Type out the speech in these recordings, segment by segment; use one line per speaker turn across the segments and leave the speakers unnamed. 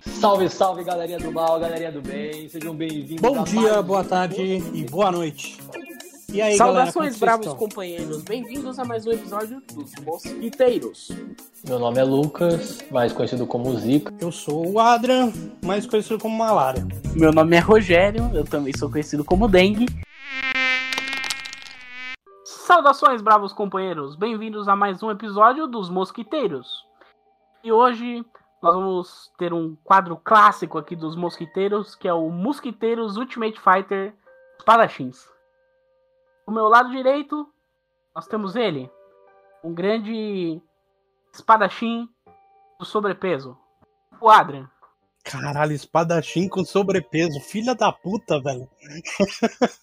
Salve, salve, galerinha do mal, galerinha do bem, sejam bem-vindos.
Bom
a
dia,
mais
boa
um
tarde e boa noite. E aí, galera, como é
Saudações,
vocês
bravos
estão?
companheiros. Bem-vindos a mais um episódio dos Mosquiteiros.
Meu nome é Lucas, mais conhecido como Zica.
Eu sou o Adrian, mais conhecido como Malária.
Meu nome é Rogério, eu também sou conhecido como Dengue. Saudações, bravos companheiros. Bem-vindos a mais um episódio dos Mosquiteiros. E hoje nós vamos ter um quadro clássico aqui dos Mosquiteiros, que é o Mosquiteiros Ultimate Fighter Espadachins. Do meu lado direito, nós temos ele, um grande espadachim do sobrepeso, o Adrian.
Caralho, espadachim com sobrepeso, filha da puta, velho.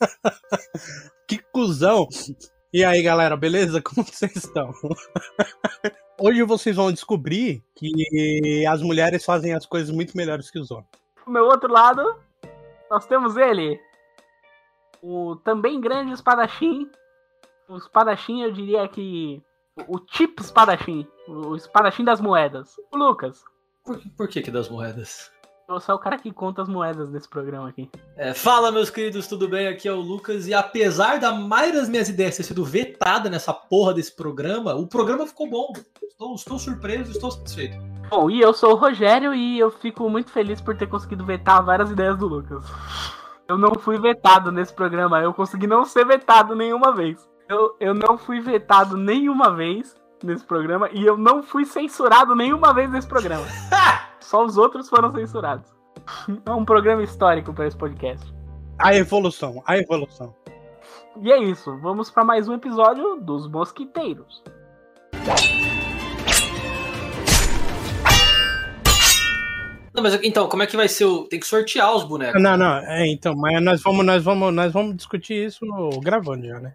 que cuzão. E aí, galera, beleza? Como vocês estão? Hoje vocês vão descobrir que as mulheres fazem as coisas muito melhores que os homens.
Pro meu outro lado, nós temos ele. O também grande espadachim. O espadachim, eu diria que. O tipo espadachim. O espadachim das moedas. O Lucas.
Por, que- por que que das moedas?
Você é o cara que conta as moedas desse programa aqui.
É, fala, meus queridos, tudo bem? Aqui é o Lucas e apesar da maioria das minhas ideias ter sido vetada nessa porra desse programa, o programa ficou bom. Estou, estou surpreso, estou satisfeito.
Bom, e eu sou o Rogério e eu fico muito feliz por ter conseguido vetar várias ideias do Lucas. Eu não fui vetado nesse programa, eu consegui não ser vetado nenhuma vez. Eu, eu não fui vetado nenhuma vez nesse programa e eu não fui censurado nenhuma vez nesse programa. Só os outros foram censurados. É um programa histórico para esse podcast.
A evolução, a evolução.
E é isso, vamos para mais um episódio dos Mosquiteiros.
Não, mas então, como é que vai ser o. Tem que sortear os bonecos.
Não, não, é, então, mas nós vamos, nós vamos, nós vamos discutir isso gravando já, né?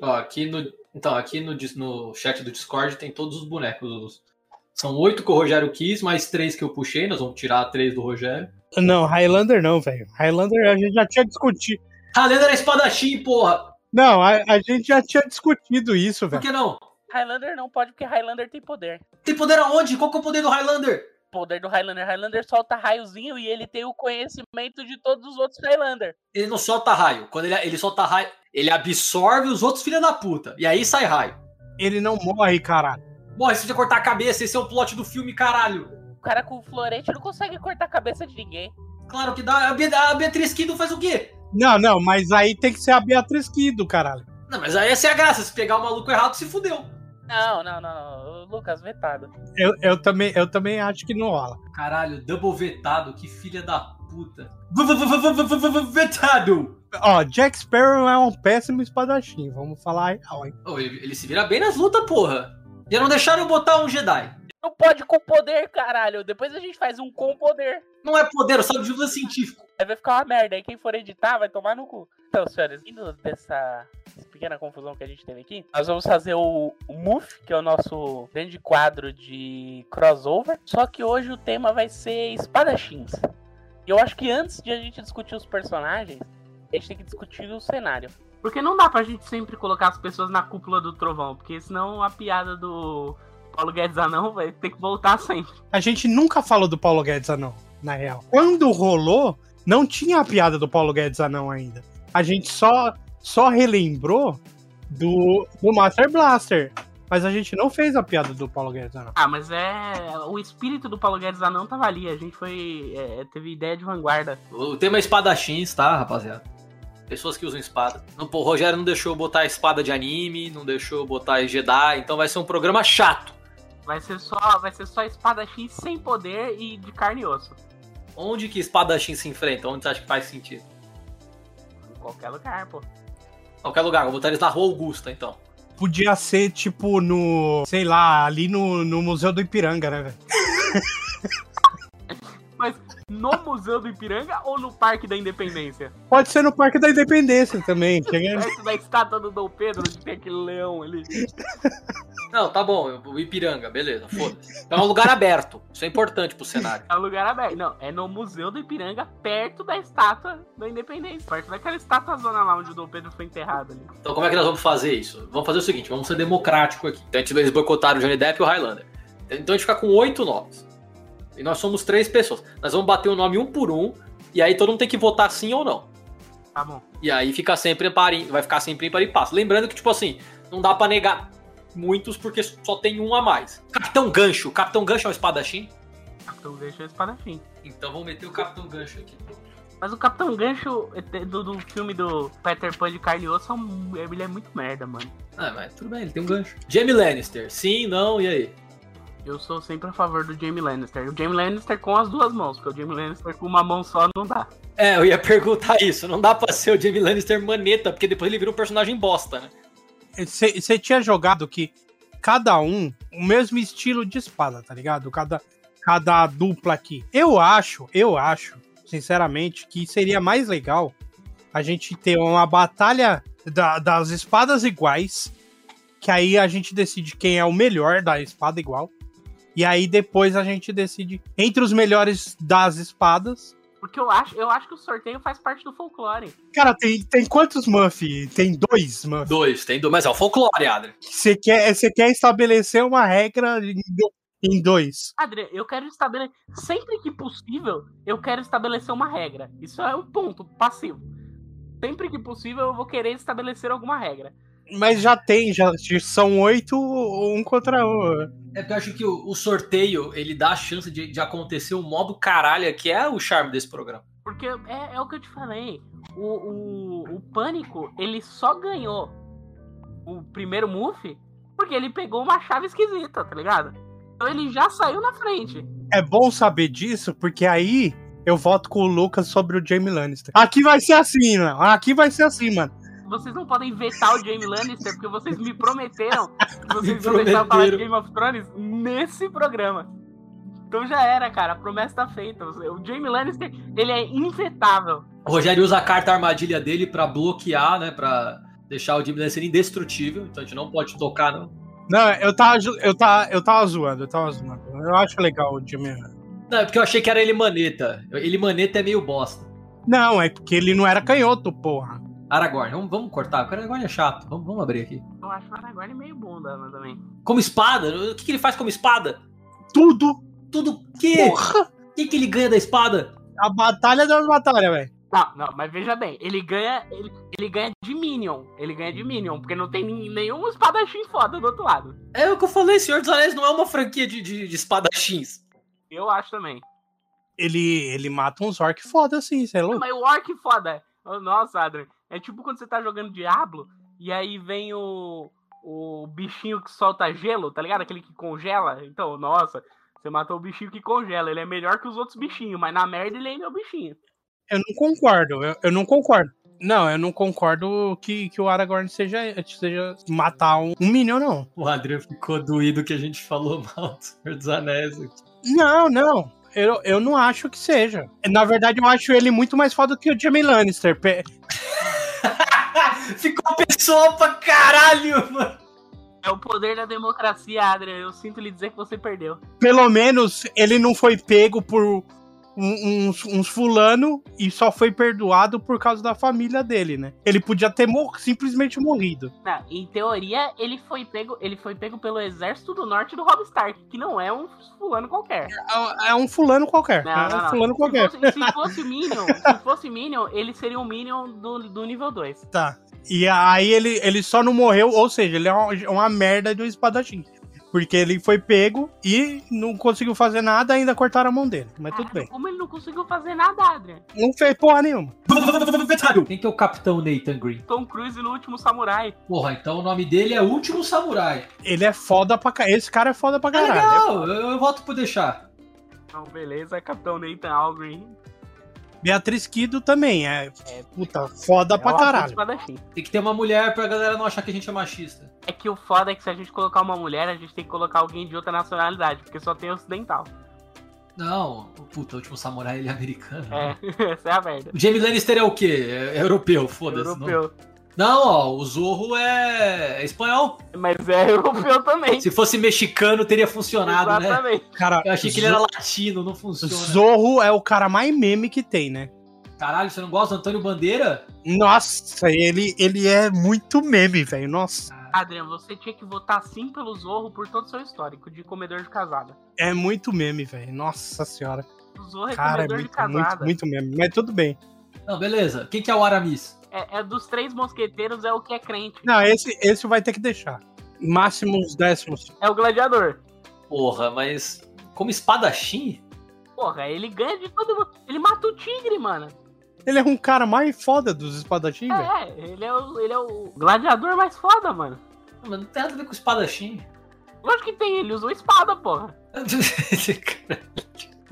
Ó, aqui no, então, aqui no, dis- no chat do Discord tem todos os bonecos. os- são oito que o Rogério quis, mais três que eu puxei. Nós vamos tirar três do Rogério.
Não, Highlander não, velho. Highlander a gente já tinha discutido.
Highlander é espadachim, porra!
Não, a, a gente já tinha discutido isso,
Por
velho.
que não?
Highlander não pode porque Highlander tem poder.
Tem poder aonde? Qual que é o poder do Highlander?
poder do Highlander. Highlander solta raiozinho e ele tem o conhecimento de todos os outros Highlander.
Ele não solta raio. Quando ele, ele solta raio, ele absorve os outros filha da puta. E aí sai raio.
Ele não morre, caralho.
Morre, se você cortar a cabeça, esse é o plot do filme, caralho.
O cara com o florete não consegue cortar a cabeça de ninguém.
Claro que dá. A Be- A Beatriz Kindo faz o quê?
Não, não, mas aí tem que ser a Beatriz Kido, caralho.
Não, mas aí essa é a graça. Se pegar o maluco errado, se fudeu.
Não, não, não, não. Lucas, vetado.
Eu, eu, também, eu também acho que não rola.
Caralho, double vetado, que filha da puta. V- v- v- v- v- v- Vetado!
Ó, Jack Sparrow é um péssimo espadachim, vamos falar aí. ó, hein.
Ô, ele, ele se vira bem nas lutas, porra. Já não deixaram eu botar um Jedi.
Não pode com poder, caralho. Depois a gente faz um com poder.
Não é poder, sabe de uso científico.
Aí vai ficar uma merda. Aí quem for editar vai tomar no cu. Então, senhores, indo dessa dessa pequena confusão que a gente teve aqui, nós vamos fazer o, o MUF, que é o nosso grande quadro de crossover. Só que hoje o tema vai ser espadachins. E eu acho que antes de a gente discutir os personagens, a gente tem que discutir o cenário. Porque não dá pra gente sempre colocar as pessoas na cúpula do trovão, porque senão a piada do Paulo Guedes Anão vai ter que voltar sempre.
A gente nunca falou do Paulo Guedes Anão, na real. Quando rolou, não tinha a piada do Paulo Guedes Anão ainda. A gente só, só relembrou do, do Master Blaster. Mas a gente não fez a piada do Paulo Guedes Anão.
Ah, mas é. O espírito do Paulo Guedes Anão tava ali. A gente foi. é, teve ideia de vanguarda.
O tema é espadachins, tá, rapaziada? Pessoas que usam espada. Não, pô, o Rogério não deixou eu botar espada de anime, não deixou eu botar Jedi, então vai ser um programa chato.
Vai ser só, vai ser só espadachim sem poder e de carne e osso.
Onde que espadachim se enfrenta? Onde você acha que faz sentido?
Em qualquer lugar, pô.
Qualquer lugar, vou botar eles na Rua Augusta, então.
Podia ser, tipo, no. Sei lá, ali no, no Museu do Ipiranga, né, velho?
Mas no Museu do Ipiranga ou no Parque da Independência?
Pode ser no Parque da Independência também. chega-
Perto da estátua do Dom Pedro, que tem aquele leão ali.
Não, tá bom, eu- o Ipiranga, beleza, foda-se. É um lugar aberto, isso é importante pro cenário.
É um lugar aberto. Não, é no Museu do Ipiranga, perto da estátua da Independência. Perto daquela estátua zona lá onde o Dom Pedro foi enterrado ali.
Então como é que nós vamos fazer isso? Vamos fazer o seguinte, vamos ser democrático aqui. Então a gente- eles boicotaram o Johnny Depp e o Highlander. Então a gente fica com oito nomes. E nós somos três pessoas. Nós vamos bater o nome um por um, e aí todo mundo tem que votar sim ou não.
Tá bom.
E aí fica sempre par, vai ficar sempre ímpar e passa. Lembrando que, tipo assim, não dá pra negar muitos porque só tem um a mais. Capitão Gancho. Capitão Gancho é um espadachim?
Capitão Gancho é o espadachim.
Então vamos meter o Capitão Gancho aqui.
Mas o Capitão Gancho do, do filme do Peter Pan de carne e osso, é um- ele é muito merda, mano.
Ah, mas tudo bem, ele tem um gancho. Jamie Lannister. Sim, não, e aí?
Eu sou sempre a favor do Jamie Lannister. O Jamie Lannister com as duas mãos, porque o Jamie Lannister com uma mão só não dá.
É, eu ia perguntar isso. Não dá pra ser o Jamie Lannister maneta, porque depois ele vira um personagem bosta, né?
Você você tinha jogado que cada um, o mesmo estilo de espada, tá ligado? Cada, cada dupla aqui. Eu acho, eu acho, sinceramente, que seria mais legal a gente ter uma batalha da- das espadas iguais, que aí a gente decide quem é o melhor da espada igual, e aí depois a gente decide entre os melhores das espadas.
Porque eu acho, eu acho que o sorteio faz parte do folclore.
Cara, tem, tem quantos Muff? Tem dois Muff.
Dois, tem dois. Mas é o folclore, Adri.
Você quer, você quer estabelecer uma regra em do- em dois.
Adriano, eu quero estabelecer. Sempre que possível, eu quero estabelecer uma regra. Isso é um ponto passivo. Sempre que possível, eu vou querer estabelecer alguma regra.
Mas já tem, já já são oito um contra um.
É porque eu acho que o, o sorteio, ele dá a chance de, de acontecer o modo caralho, que é o charme desse programa.
Porque é, é o que eu te falei. O, o, o pânico, ele só ganhou o primeiro move porque ele pegou uma chave esquisita, tá ligado? Então ele já saiu na frente.
É bom saber disso, porque aí eu voto com o Lucas sobre o Jamie Lannister. Aqui vai ser assim, mano. Aqui vai ser assim, mano.
Vocês não podem vetar o Jamie Lannister, porque vocês me prometeram que vocês
Me
vão deixar eu falar de
prometeram.
Game of Thrones nesse programa. Então já era, cara. A promessa tá feita. O Jamie Lannister, ele é invetável.
O Rogério usa a carta armadilha dele pra bloquear, né? Pra deixar o Jamie Lannister indestrutível. Então a gente não pode tocar, não.
Não, eu tava, ju- eu tava, eu tava zoando, eu tava zoando. Eu acho legal o Jamie Lannister.
Não, é porque eu achei que era ele maneta. Ele maneta é meio bosta.
Não, é porque ele não era canhoto, porra.
Aragorn, vamos, vamos cortar. O cara Aragorn é chato. Vamos, vamos abrir aqui.
Eu acho o Aragorn meio bunda mas também.
Como espada? O que, que ele faz como espada?
Tudo,
Tudo o quê?
porra.
O que, que ele ganha da espada?
A batalha das batalhas, velho.
Não, não, mas veja bem, ele ganha. Ele, ele ganha de Minion. Ele ganha de Minion, porque não tem nin- nenhum espadachim foda do outro lado.
É o que eu falei, Senhor dos Anéis não é uma franquia de, de, de espadachins.
Eu acho também.
Ele, ele mata uns orc foda assim, você é louco?
Mas o Orc foda. Oh, Nossa, Adrian. É tipo quando você tá jogando Diablo e aí vem o, o bichinho que solta gelo, tá ligado? Aquele que congela. Então, nossa, você matou o bichinho que congela. Ele é melhor que os outros bichinhos, mas na merda ele ainda é o bichinho.
Eu não concordo, eu, eu não concordo. Não, eu não concordo que, que o Aragorn seja, seja matar um, um Minion, não.
O Adriano ficou doído que a gente falou mal do Senhor dos Anéis.
Não, não. Eu, eu não acho que seja. Na verdade, eu acho ele muito mais foda que o Jamie Lannister. Pe-
ficou pessoal pra caralho, mano.
É o poder da democracia, Adrian. Eu sinto lhe dizer que você perdeu.
Pelo menos ele não foi pego por um- uns, uns fulano e só foi perdoado por causa da família dele, né? Ele podia ter mor- simplesmente morrido.
Não, em teoria, ele foi pego, ele foi pego pelo exército do norte do Rob Stark, que não é um fulano qualquer.
É, é um fulano qualquer.
Não,
é
não,
um
não.
fulano qualquer.
Se fosse, se fosse Minion, se fosse Minion, ele seria um Minion do, do nível 2.
Tá. E aí ele, ele só não morreu, ou seja, ele é uma, uma merda de um espadachim. Porque ele foi pego e não conseguiu fazer nada, ainda cortaram a mão dele. Mas É, tudo
Cara,
bem.
Como ele não conseguiu fazer nada, Adrian?
Não fez porra nenhuma.
Quem que é o Capitão Nathan Green?
Tom Cruise no último samurai.
Porra, então o nome dele é Último Samurai.
Ele é foda pra caralho. Esse cara é foda pra
É
caralho.
legal, eu, eu voto por deixar.
Não, Então, beleza, Capitão Nathan Alvin.
Beatriz Kido também é.
É.
Puta, foda pra caralho.
Tem que ter uma mulher pra galera não achar que a gente é machista.
É que o foda é que se a gente colocar uma mulher, a gente tem que colocar alguém de outra nacionalidade, porque só tem ocidental.
Não, puta, o último samurai ele é americano.
Uhum.
né?
É, essa é a merda.
O Jamie Lannister é o quê? É europeu, foda-se. Não.
Europeu.
não, ó, o Zorro é, é espanhol.
Mas é europeu também.
Se fosse mexicano, teria funcionado, né?
Exatamente.
Cara,
Eu achei que ele era né? latino, não funciona.
Zorro é o cara mais meme que tem, né?
Caralho, você não gosta do Antônio Bandeira?
Nossa, ele, ele é muito meme, velho. Nossa.
Adriano, você tinha que votar sim pelo Zorro por todo o seu histórico de comedor de casada.
É muito meme, velho. Nossa senhora.
O Zorro é
Cara, é
comedor de
muito,
casada.
muito, muito meme. Mas tudo bem.
Não, beleza. Quem que é o Aramis?
É, é dos três mosqueteiros, é o que é crente.
Não, esse, esse vai ter que deixar. Máximos décimos.
É o gladiador.
Porra, mas como espadachim?
Porra, ele ganha de todo mundo. Ele mata o tigre, mano.
Ele é um cara mais foda dos espadachins, velho.
É, é, ele é o, ele é o gladiador mais foda, mano.
Não, mas não tem nada a ver com espadachim.
Lógico que tem, ele usa uma espada, porra.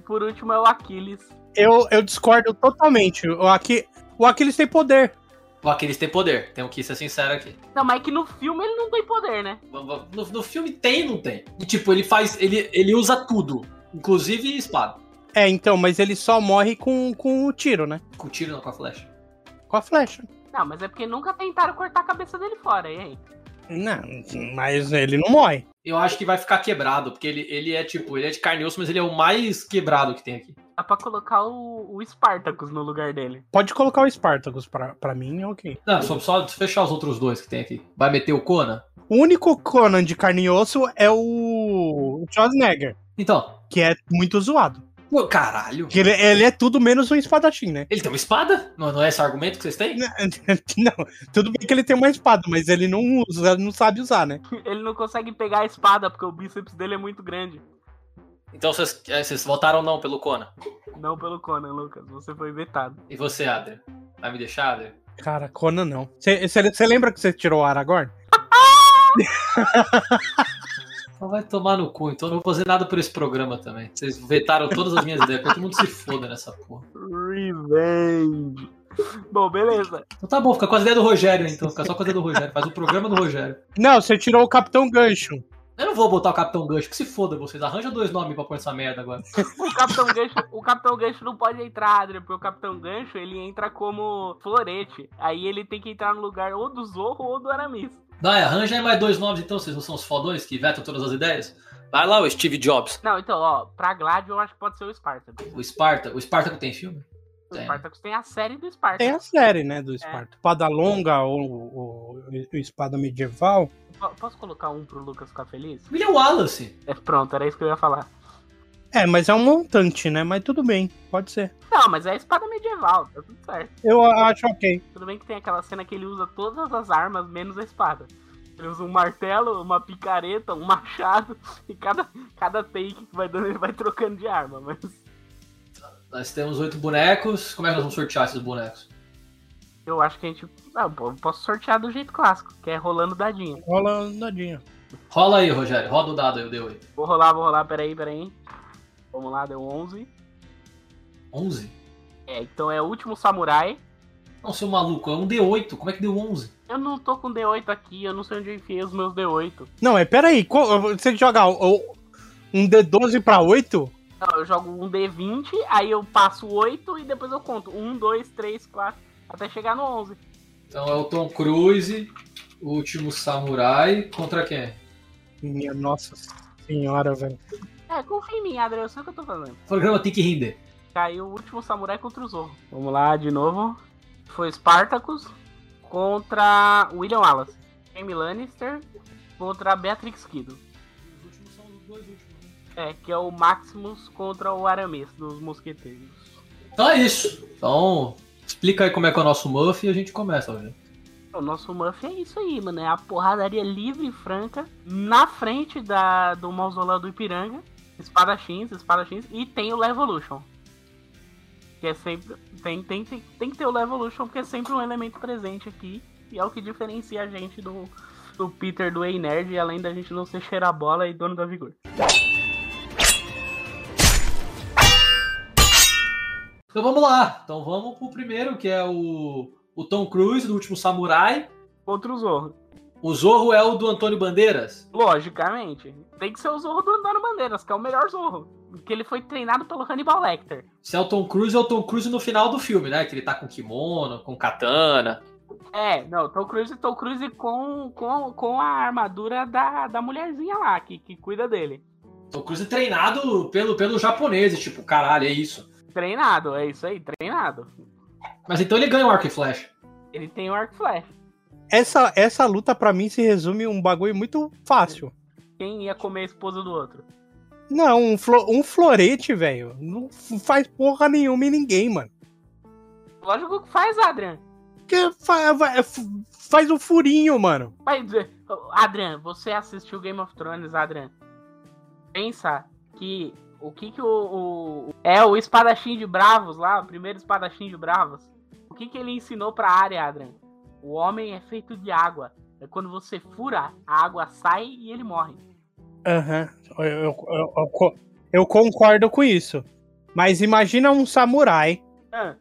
Por último é o Aquiles.
Eu, eu discordo totalmente. O, Aqui, o Aquiles tem poder.
Ó, Aquiles tem poder, temos que ser sincero aqui.
Não, mas é que no filme ele não tem poder, né?
No, no filme tem, não tem. E tipo, ele faz. Ele, ele usa tudo. Inclusive espada.
É, então, mas ele só morre com, com o tiro, né?
Com tiro, não com a flecha.
Com a flecha.
Não, mas é porque nunca tentaram cortar a cabeça dele fora, e aí?
Não, mas ele não morre.
Eu acho que vai ficar quebrado, porque ele, ele é tipo, ele é de carne e osso, mas ele é o mais quebrado que tem aqui.
Dá pra colocar o, o Spartacus no lugar dele.
Pode colocar o Spartacus pra, pra mim, ok.
Não, só, só fechar os outros dois que tem aqui. Vai meter o Conan?
O único Conan de carne e osso é o Schwarzenegger,
Então.
que é muito zoado.
Pô, caralho.
Que ele, ele é tudo menos um espadachim, né?
Ele tem uma espada? Não, não é esse argumento que vocês têm?
Não, tudo bem que ele tem uma espada, mas ele não usa, não sabe usar, né?
Ele não consegue pegar a espada porque o bíceps dele é muito grande.
Então vocês, é, vocês votaram não pelo Conan.
Não pelo Conan, Lucas. Você foi vetado.
E você, Adria? Vai me deixar, Adria?
Cara, Conan não. Você lembra que você tirou o Aragorn?
Então vai tomar no cu, então eu não vou fazer nada por esse programa também. Vocês vetaram todas as minhas ideias, todo mundo se foda nessa porra.
Revenge. Bom, beleza.
Então tá bom, fica com as ideias do Rogério então, fica só com as ideias do Rogério, faz o programa do Rogério.
Não, você tirou o Capitão Gancho.
Eu não vou botar o Capitão Gancho, que se foda vocês, arranja dois nomes pra pôr essa merda agora.
O Capitão Gancho, o Capitão Gancho não pode entrar, Adrian, porque o Capitão Gancho ele entra como florete. Aí ele tem que entrar no lugar ou do Zorro ou do Aramis.
Dai, arranja aí mais dois nomes então, vocês não são os fodões que vetam todas as ideias? Vai lá, o Steve Jobs.
Não, então, ó, pra Gladio eu acho que pode ser o Spartacus.
O Sparta, o Spartaco tem filme?
O
Tem.
Spartacus tem a série do Spartacus.
Tem a série, né, do Esparta. Espada longa ou, ou- ou espada medieval.
Po- Posso colocar um pro Lucas ficar feliz?
William Wallace.
É, pronto, era isso que eu ia falar.
É, mas é um montante, né? Mas tudo bem, pode ser.
Não, mas é a espada medieval, tá tudo certo.
Eu acho ok.
Tudo bem que tem aquela cena que ele usa todas as armas, menos a espada. Ele usa um martelo, uma picareta, um machado, e cada, cada take que vai dando ele vai trocando de arma, mas.
Nós temos oito bonecos, como é que nós vamos sortear esses bonecos?
Eu acho que a gente. Ah, pô, posso sortear do jeito clássico, que é rolando dadinho.
Rola um andadinha.
Rola aí, Rogério, roda o dado aí, eu dei oito.
Vou rolar, vou rolar, peraí, peraí. Vamos lá, deu 11.
Onze?
É, então é o último samurai.
Não, seu maluco, é um D8, como é que deu onze?
Eu não tô com D8 aqui, eu não sei onde eu enfiei os meus D8.
Não, é, peraí. qual- Você jogar o- um D12 pra 8?
Não, eu jogo um D20, aí eu passo 8 e depois eu conto. 1, 2, 3, 4, até chegar no 11.
Então é o Tom Cruise, o último samurai, contra quem?
Minha nossa senhora, velho.
É, confia em mim, Adriano, eu sei o que eu tô fazendo.
O programa tem que render.
Caiu o último samurai contra o Zorro. Vamos lá, de novo. Foi Spartacus contra William Wallace. Jamie Lannister contra Beatrix Kido.
Os últimos são os dois últimos.
É, que é o Maximus contra o Aramis dos Mosqueteiros.
Então é isso. Então, explica aí como é que é o nosso Muff e a gente começa, Rogério.
O nosso Muff é isso aí, mano. É a porradaria livre e franca na frente da, do mausoléu do Ipiranga. Espadachins, espadachins. E tem o Levolution. Que é sempre. Tem, tem, tem, tem que ter o Levolution, porque é sempre um elemento presente aqui. E é o que diferencia a gente do, do Peter do Ei Nerd, além da gente não ser cheira-bola e dono da vigor.
Então vamos lá. Então vamos pro primeiro, que é o, o Tom Cruise, do último samurai.
Contra o Zorro.
O Zorro é o do Antônio Bandeiras.
Logicamente. Tem que ser o Zorro do Andando Bandeiras, que é o melhor Zorro. que ele foi treinado pelo Hannibal Lecter.
Se é o Tom Cruise, é o Tom Cruise no final do filme, né? Que ele tá com kimono, com katana.
É, não, Tom Cruise, Tom Cruise com, com, com a armadura da, da mulherzinha lá, que, que cuida dele.
Tom Cruise é treinado pelo, pelo japonês, tipo, caralho, é isso.
Treinado, é isso aí, treinado.
Mas então ele ganha o arco e flecha.
Ele tem o arco e flecha.
Essa, essa luta pra mim se resume um bagulho muito fácil.
Quem ia comer a esposa do outro?
Não, um, flo- um florete, velho. Não f- faz porra nenhuma em ninguém, mano.
Lógico que faz, Adrian.
Que fa- va- f- faz um furinho, mano.
Mas, eh, Adrian, você assistiu Game of Thrones, Adrian. Pensa que o que que o, o- É o espadachim de Bravos lá, o primeiro espadachim de Bravos. O que que ele ensinou pra área, Adrian? O homem é feito de água. É quando você fura, a água sai e ele morre.
Aham. Eu, eu- eu- eu co- eu concordo com isso. Mas imagina um samurai
Ah,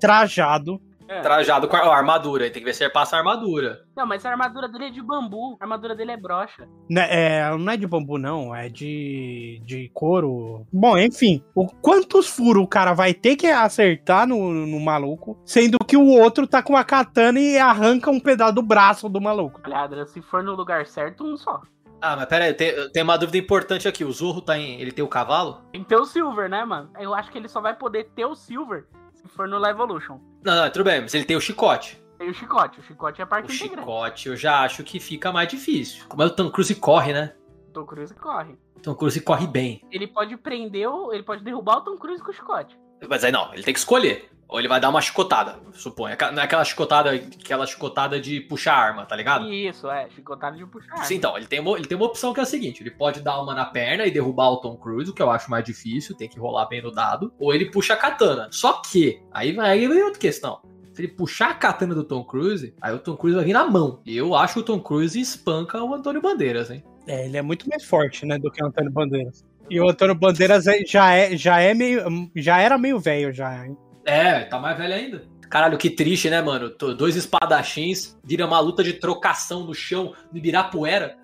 trajado.
É.
Trajado com a ó, armadura, aí tem que ver se ele passa a armadura.
Não, mas a armadura dele é de bambu. A armadura dele é brocha.
né, é, não é de bambu, não. É de, de couro. Bom, enfim. O, quantos furos o cara vai ter que acertar no, no maluco? Sendo que o outro tá com a katana e arranca um pedaço do braço do maluco.
Olha, Adrian, se for no lugar certo, um só.
Ah, mas pera aí, tem, tem uma dúvida importante aqui. O Zorro tá em. Ele tem o cavalo?
Tem que ter o Silver, né, mano? Eu acho que ele só vai poder ter o Silver se for no Levolution.
Não, não, tudo bem, mas ele tem o chicote.
Tem o chicote. O chicote é a
O
parte integrante.
chicote eu já acho que fica mais difícil. Como é o Tom Cruise corre, né?
Tom Cruise corre.
O Tom Cruise corre bem.
Ele pode prender, o, ele pode derrubar o Tom Cruise com o chicote.
Mas aí não, ele tem que escolher. Ou ele vai dar uma chicotada, suponho. Aquela- Não é aquela chicotada, aquela chicotada de puxar arma, tá ligado?
Isso, é. Chicotado de puxar.
Sim, então, ele tem, uma, ele tem uma opção que é a seguinte: ele pode dar uma na perna e derrubar o Tom Cruise, o que eu acho mais difícil, tem que rolar bem no dado, ou ele puxa a katana. Só que, aí vai aí vem outra questão. Se ele puxar a katana do Tom Cruise, aí o Tom Cruise vai vir na mão. E eu acho que o Tom Cruise espanca o Antônio Bandeiras, hein?
É, ele é muito mais forte, né, do que o Antônio Bandeiras. E o Antônio Bandeiras é- já, é, já, é meio, já era meio velho, já, hein?
É, tá mais velho ainda. Caralho, que triste, né, mano? Tô- Dois espadachins vira uma luta de trocação no chão, no Ibirapuera.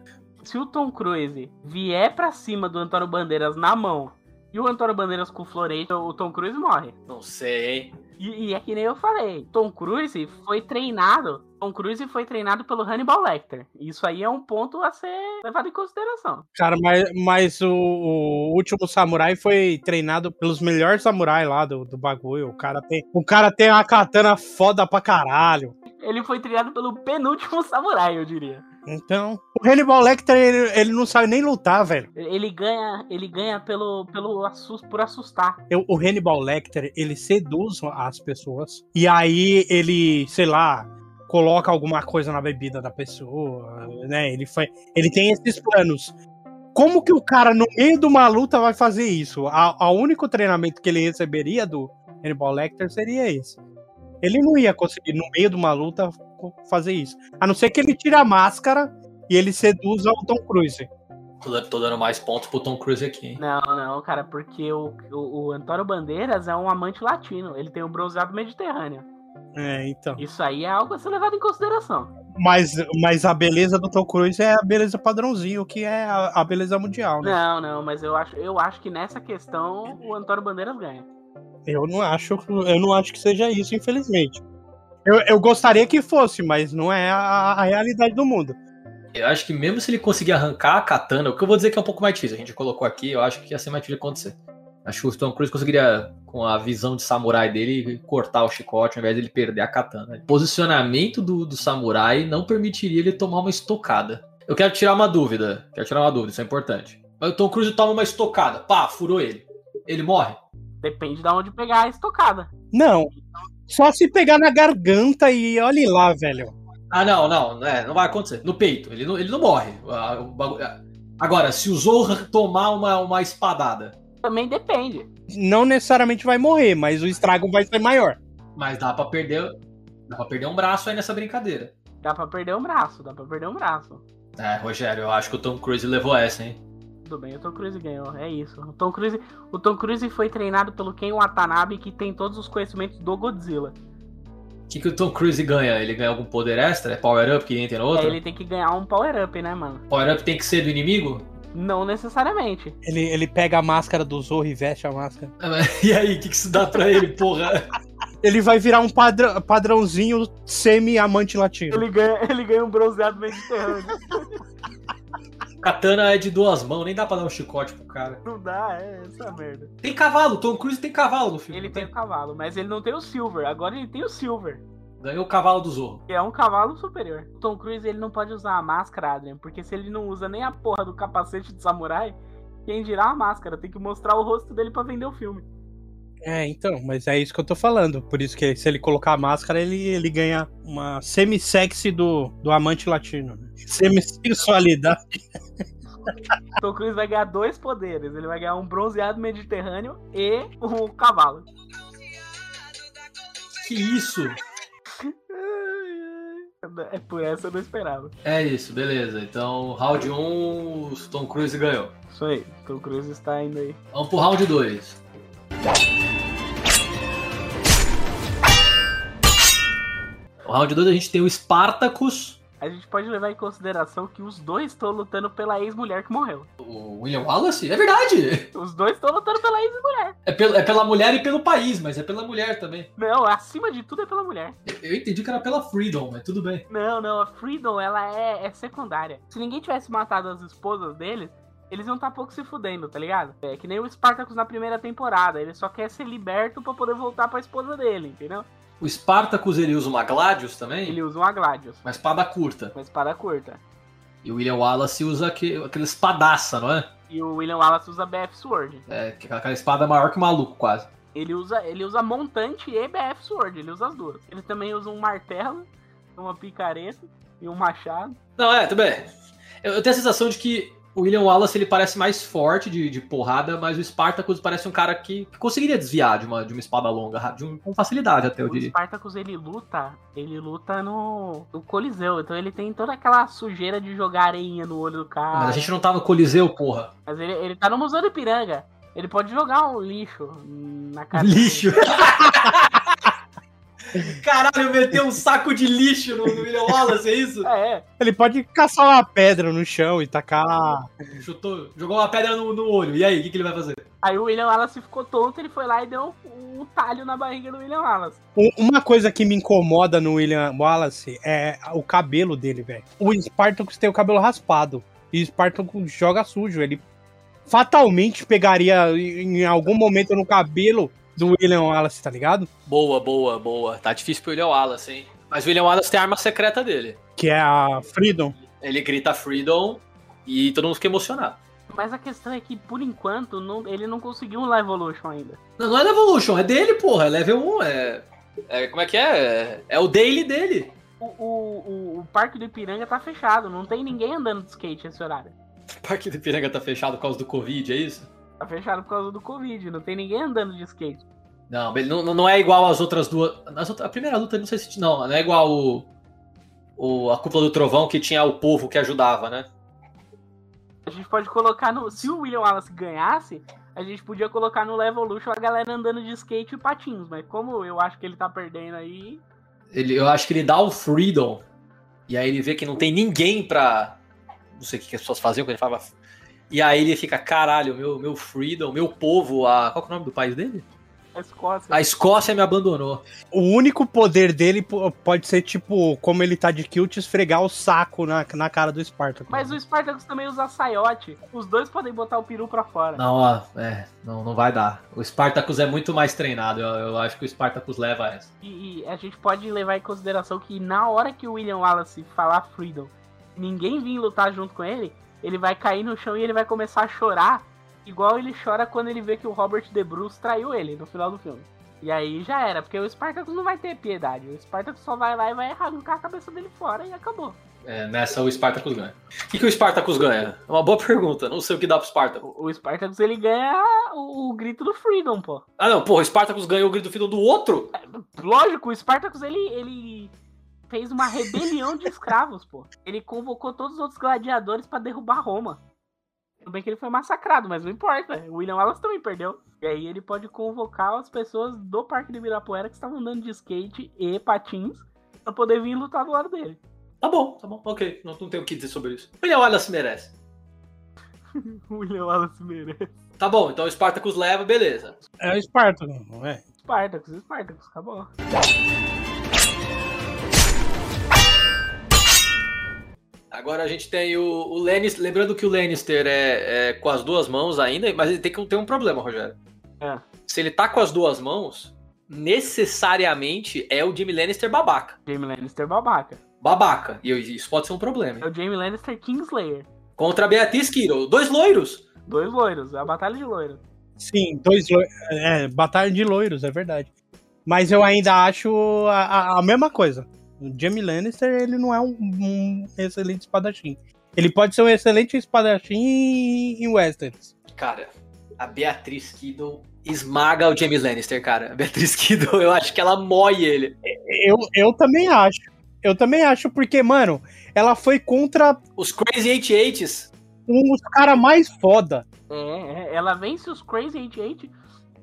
Se o Tom Cruise vier pra cima do Antônio Bandeiras na mão e o Antônio Bandeiras com o florete, o Tom Cruise morre.
Não sei, hein?
E, e é que nem eu falei. Tom Cruise foi treinado. Tom Cruise foi treinado pelo Hannibal Lecter. Isso aí é um ponto a ser levado em consideração.
Cara, mas, mas o, o último samurai foi treinado pelos melhores samurais lá do, do bagulho. O cara, tem, o cara tem uma katana foda pra caralho.
Ele foi treinado pelo penúltimo samurai, eu diria.
Então, o Hannibal Lecter, ele, ele não sabe nem lutar, velho.
Ele ganha, ele ganha pelo, pelo assus- por assustar.
Eu- o Hannibal Lecter, ele seduz as pessoas. E aí ele, sei lá, coloca alguma coisa na bebida da pessoa, né? Ele, foi, ele tem esses planos. Como que o cara, no meio de uma luta, vai fazer isso? A- a- O único treinamento que ele receberia do Hannibal Lecter seria esse. Ele não ia conseguir, no meio de uma luta, co- fazer isso. A não ser que ele tire a máscara e ele seduza o Tom Cruise.
Tô dando- tô dando mais pontos pro Tom Cruise aqui, hein?
Não, não, cara, porque o, o, o Antônio Bandeiras é um amante latino. Ele tem um bronzeado mediterrâneo.
É, então.
Isso aí é algo a ser levado em consideração.
Mas, mas a beleza do Tom Cruise é a beleza padrãozinho, que é a, a beleza mundial, né?
Não, não, mas eu acho, eu acho que nessa questão o Antônio Bandeiras ganha.
Eu não acho, eu não acho que seja isso, infelizmente. Eu, eu gostaria que fosse, mas não é a, a realidade do mundo.
Eu acho que mesmo se ele conseguir arrancar a katana, o que eu vou dizer que é um pouco mais difícil, a gente colocou aqui, eu acho que ia ser mais difícil de acontecer. Acho que o Tom Cruise conseguiria, com a visão de samurai dele, cortar o chicote ao invés dele perder a katana. O posicionamento do, do samurai não permitiria ele tomar uma estocada. Eu quero tirar uma dúvida, quero tirar uma dúvida, isso é importante. Mas o Tom Cruise toma uma estocada, pá, furou ele. Ele morre?
Depende de onde pegar a estocada.
Não. Só se pegar na garganta e olhe lá, velho.
Ah, não, não, é, não vai acontecer. No peito, ele não, ele não morre. Ah, o bagu- ah. Agora, se o Zorro tomar uma, uma espadada,
Também depende.
Não necessariamente vai morrer, mas o estrago vai ser maior.
Mas dá pra perder. Dá pra perder um braço aí nessa brincadeira.
Dá pra perder um braço, dá pra perder um braço.
É, Rogério, eu acho que o Tom Cruise levou essa, hein?
Tudo bem, o Tom Cruise ganhou, é isso. O Tom Cruise, o Tom Cruise foi treinado pelo Ken Watanabe, que tem todos os conhecimentos do Godzilla.
O que, que o Tom Cruise ganha? Ele ganha algum poder extra? É power up que entra no outro?
É, ele tem que ganhar um power-up, né, mano?
Power up tem que ser do inimigo?
Não necessariamente.
Ele, ele pega a máscara do Zorro e veste a máscara.
É, E aí, o que, que isso dá pra ele, porra?
Ele vai virar um padrão, padrãozinho semi-amante latino.
Ele ganha, ele ganha um bronzeado mediterrâneo.
Katana é de duas mãos, nem dá pra dar um chicote pro cara.
Não dá, é essa merda.
Tem cavalo, Tom Cruise tem cavalo no filme.
Ele
Tipo, não
tem o cavalo, mas ele não tem o Silver. Agora ele tem o Silver.
Ganhou o cavalo do Zorro.
que É um cavalo superior. O Tom Cruise ele não pode usar a máscara, Adrian, porque se ele não usa nem a porra do capacete de samurai, quem dirá a máscara? Tem que mostrar o rosto dele pra vender o filme.
É, então, mas é isso que eu tô falando. Por isso que se ele colocar a máscara, ele, ele ganha uma semi-sexy do, do amante latino. né? Semi-sexualidade.
O Tom Cruise vai ganhar dois poderes. Ele vai ganhar um bronzeado mediterrâneo e o cavalo.
Que isso?
É por essa eu não esperava.
É isso, beleza. Então, round 1, o Tom Cruise ganhou.
Isso aí, o Tom Cruise está indo aí.
Vamos pro round 2. O round 2 a gente tem o Spartacus,
A gente pode levar em consideração que os dois estão lutando pela ex-mulher que morreu.
o William Wallace. É verdade!
Os dois estão lutando pela ex-mulher.
É, pelo- é pela mulher e pelo país, mas é pela mulher também.
Não, acima de tudo é pela mulher.
Eu entendi que era pela Freedom, mas tudo bem.
Não, não, a Freedom, ela é, é secundária. Se ninguém tivesse matado as esposas deles, eles iam estar pouco se fudendo, tá ligado? É que nem o Spartacus na primeira temporada, ele só quer ser liberto pra poder voltar pra esposa dele, entendeu?
O Spartacus ele usa uma Gladius também,
Ele usa uma Gladius,
uma espada curta.
uma espada curta.
E o William Wallace usa aquele, aquela espadaça, não é?
E o William Wallace usa BF Sword.
É que- aquela espada maior que o maluco, quase.
Ele usa, ele usa montante e BF Sword, ele usa as duas. Ele também usa um martelo, uma picareta e um machado.
Não, é, tudo bem. Eu, eu tenho a sensação de que o William Wallace ele parece mais forte de, de porrada, mas o Spartacus parece um cara que, que conseguiria desviar de uma, de uma espada longa ra- de um- com facilidade, até eu
O
diria.
Spartacus ele luta, ele luta no, no Coliseu, então ele tem toda aquela sujeira de jogar areinha no olho do cara.
Mas a gente não tá no Coliseu, porra.
Mas ele, ele tá no Museu do Ipiranga. Ele pode jogar um lixo na cara. dele.
Um Lixo. Caralho, meteu um saco de lixo no no William Wallace, é isso?
É, é.
Ele pode caçar uma pedra no chão e tacar.
Chutou, jogou uma pedra no, no olho. E aí, o que, que ele vai fazer?
Aí o William Wallace ficou tonto, ele foi lá e deu um, um talho na barriga do William Wallace.
U- Um, Uma coisa que me incomoda no William Wallace é o cabelo dele, velho. O Spartacus tem o cabelo raspado. E o Spartacus joga sujo. Ele fatalmente pegaria em em algum momento no cabelo do William Wallace, tá ligado?
Boa, boa, boa. Tá difícil pro William Wallace, hein? Mas o William Wallace tem a arma secreta dele.
Que é a Freedom.
Ele grita Freedom e todo mundo fica emocionado.
Mas a questão é que, por enquanto, não- ele não conseguiu um Live Evolution ainda.
Não, não é Evolution, é dele, porra. É level 1, é. é- como é que é? é? é o daily dele.
O, o, o- o Parque do Ipiranga tá fechado, não tem ninguém andando de skate nesse horário.
O Parque do Piranga tá fechado por causa do Covid, é isso?
Tá fechado por causa do Covid, não tem ninguém andando de skate.
Não, ele não, não é igual às outras duas. nas outras- a primeira luta, não sei se. Não, não é igual o, o- a cúpula do trovão que tinha o povo que ajudava, né?
A gente pode colocar no. Se o William Wallace ganhasse, a gente podia colocar no Levolution a galera andando de skate e patins. Mas como eu acho que ele tá perdendo aí.
Ele, eu acho que ele dá o freedom. E aí ele vê que não tem ninguém pra. Não sei o que que as pessoas faziam quando ele falava. E aí ele fica, caralho, meu, meu freedom, meu povo, a. Qual que é o nome do país dele?
A é Escócia.
A Escócia me abandonou.
O único poder dele po- pode ser, tipo, como ele tá de kilt, esfregar o saco na, na cara do Spartacus.
Mas o Spartacus também usa saiote. Os dois podem botar o peru pra fora.
Não, ó, é, não, não vai dar. O Spartacus é muito mais treinado. Eu, eu acho que o Spartacus leva essa.
E, e a gente pode levar em consideração que na hora que o William Wallace falar Freedom, ninguém vir lutar junto com ele, ele vai cair no chão e ele vai começar a chorar, igual ele chora quando ele vê que o Robert De Bruce traiu ele no final do filme. E aí já era, porque o Spartacus não vai ter piedade. O Spartacus só vai lá e vai arrancar a cabeça dele fora e acabou.
É, nessa o Spartacus ganha. O que, que o Spartacus ganha? É uma boa pergunta. Não sei o que dá pro Spartacus.
O, o Spartacus ele ganha o, o grito do Freedom, pô.
Ah, não, porra, o Spartacus ganhou o grito filho do outro?
Lógico, o Spartacus ele, ele fez uma rebelião de escravos, pô. Ele convocou todos os outros gladiadores pra derrubar Roma. Tudo bem que ele foi massacrado, mas não importa. O William Wallace também perdeu. E aí ele pode convocar as pessoas do Parque do Ibirapuera que estavam andando de skate e patins pra poder vir lutar do lado dele.
Tá bom, tá bom, ok. Não, não tenho o que dizer sobre isso. William Wallace merece.
o William Wallace merece.
Tá bom, então o Spartacus leva, beleza.
É o Esparto, não é?
Spartacus, Spartacus, acabou.
Agora a gente tem o, o Lannister. Lembrando que o Lannister é, é com as duas mãos ainda, mas ele tem que ter um problema, Rogério.
É.
Se ele tá com as duas mãos, necessariamente é o Jimmy Lannister babaca.
Jamie Lannister babaca.
Babaca. E eu- isso pode ser um problema.
É o Jamie Lannister Kingslayer.
Contra a Beatriz Kiro, dois loiros.
Dois loiros, é a batalha de loiros.
Sim, dois loiros. É, batalha de loiros, é verdade. Mas eu ainda acho a, a- a mesma coisa. O Jamie Lannister, ele não é um, um excelente espadachim. Ele pode ser um excelente espadachim em, em Westerns.
Cara, a Beatriz Kiddo esmaga o James Lannister, cara. A Beatriz Kiddo, eu acho que ela mói ele.
Eu, eu também acho. Eu também acho, porque, mano, ela foi contra
Os Crazy 88s.
um dos caras mais foda.
É, é, ela vence os Crazy 88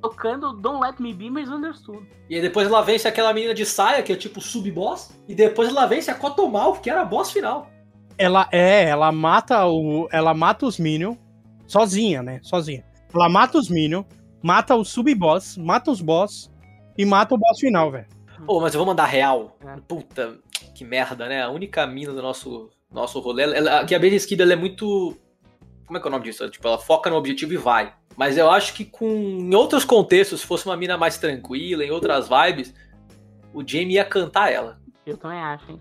tocando Don't Let Me Be Misunderstood.
E aí depois ela vence aquela menina de saia, que é tipo sub-boss. E depois ela vence a Cotomal, que era a boss final.
Ela é, ela mata o. Ela mata os Minion. Sozinha, né? Sozinha. Ela mata os Minion, mata o sub-boss, mata os boss e mata o boss final, velho.
Ô, mas eu vou mandar real.
É.
Puta, que merda, né? A única mina do nosso, nosso rolê. Ela, ela, que a Beatriz Kiddo, ela é muito. Como é que é o nome disso? Tipo, ela foca no objetivo e vai. Mas eu acho que com, em outros contextos, se fosse uma mina mais tranquila, em outras vibes, o Jamie ia cantar ela.
Eu também acho, hein?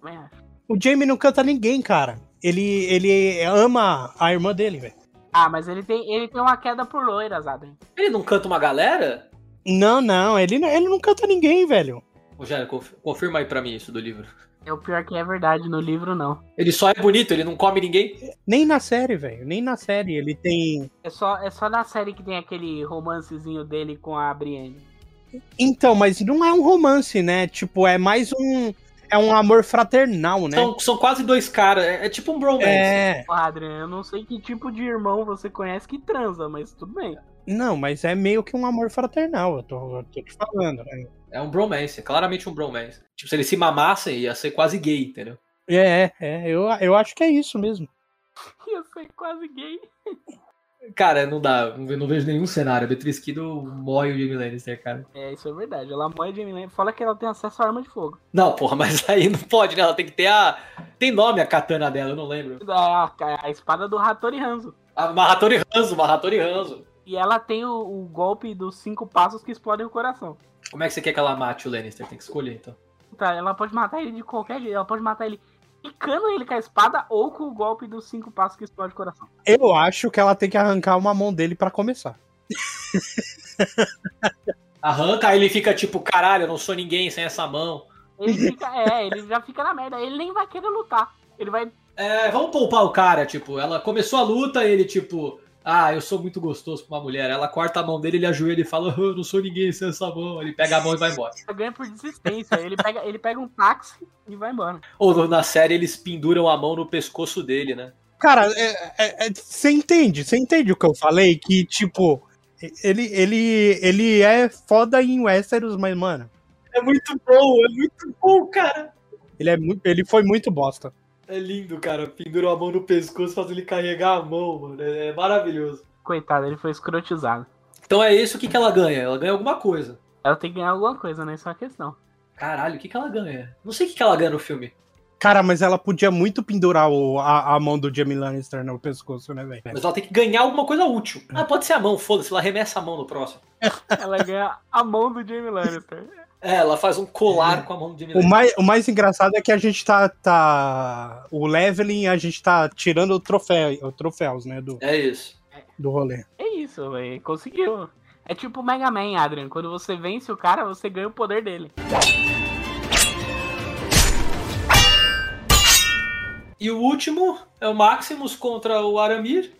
Também acho.
O Jamie não canta ninguém, cara. Ele, ele ama a irmã dele, velho.
Ah, mas ele tem, ele tem uma queda por loiras, Adam.
Ele não canta uma galera?
Não, não, ele, não- ele não canta ninguém, velho.
Rogério, conf- confirma aí pra mim isso do livro.
É o pior que é verdade no livro, não.
Ele só é bonito, ele não come ninguém?
Nem na série, velho. Nem na série. Ele tem.
É só, é só na série que tem aquele romancezinho dele com a Brienne.
Então, mas não é um romance, né? Tipo, é mais um. É um amor fraternal, né?
São, são quase dois caras, é, é tipo um bromance.
É.
Ó, Adrian, eu não sei que tipo de irmão você conhece que transa, mas tudo bem.
Não, mas é meio que um amor fraternal, eu tô, eu tô te falando. né?
É um bromance, é claramente um bromance. Tipo, se eles se mamassem, ia ser quase gay, entendeu?
É, é, eu, eu acho que é isso mesmo.
Ia ser quase gay.
Cara, não dá, não, ve- não vejo nenhum cenário. A Beatriz Kiddo mói o Jamie Lannister, cara.
É, isso é verdade. Ela morre de Jamie Fala que ela tem acesso à arma de fogo.
Não, porra, mas aí não pode, né? Ela tem que ter a. Tem nome a katana dela, eu não lembro.
A, a- a espada do Hattori Hanzo.
A Mahatori Hanzo, Mahatori Hanzo.
E ela tem o, o golpe dos cinco passos que explodem o coração.
Como é que você quer que ela mate o Lannister? Tem que escolher, então.
Tá, ela pode matar ele de qualquer jeito. Ela pode matar ele picando ele com a espada ou com o golpe dos cinco passos que explode o coração.
Eu acho que ela tem que arrancar uma mão dele pra começar.
Arranca, aí ele fica tipo, caralho, eu não sou ninguém sem essa mão.
Ele fica. é, ele já fica na merda. Ele nem vai querer lutar. Ele vai.
É, vamos poupar o cara, tipo, ela começou a luta, ele tipo, ah, eu sou muito gostoso pra uma mulher. Ela corta a mão dele, ele ajoelha e fala, "Ah, eu não sou ninguém sem essa mão. Ele pega a mão e vai embora.
ganha tá por desistência. Ele pega, ele pega um táxi e vai embora.
Ou no- na série eles penduram a mão no pescoço dele, né?
Cara, é- é- é- você entende? Você entende o que eu falei? Que, tipo, ele, ele, ele é foda em Westeros, mas, mano,
É muito bom, é muito bom, cara.
ele, é muito, ele foi muito bosta.
É lindo, cara. Pendurou a mão no pescoço, faz ele carregar a mão, mano. É, é maravilhoso.
Coitado, ele foi escrotizado.
Então é isso, o que, que ela ganha? Ela ganha alguma coisa.
Ela tem que ganhar alguma coisa, né? Isso é uma questão.
Caralho, o que, que ela ganha? Não sei o que, que ela ganha no filme.
Cara, mas ela podia muito pendurar o- a, a mão do Jamie Lannister no pescoço, né, velho?
Mas ela tem que ganhar alguma coisa útil. Ah, pode ser a mão, foda-se, ela arremessa a mão no próximo.
Ela ganha a mão do Jamie Lannister.
É, ela faz um colar com a mão do Jimmy
O
Lannister.
mais, o mais engraçado é que a gente tá, tá. O leveling, a gente tá tirando o troféu, o troféus, né? Do,
É isso.
do rolê.
É isso, velho. Conseguiu. É tipo o Mega Man, Adrian. Quando você vence o cara, você ganha o poder dele.
E o último é o Maximus contra o Aramir.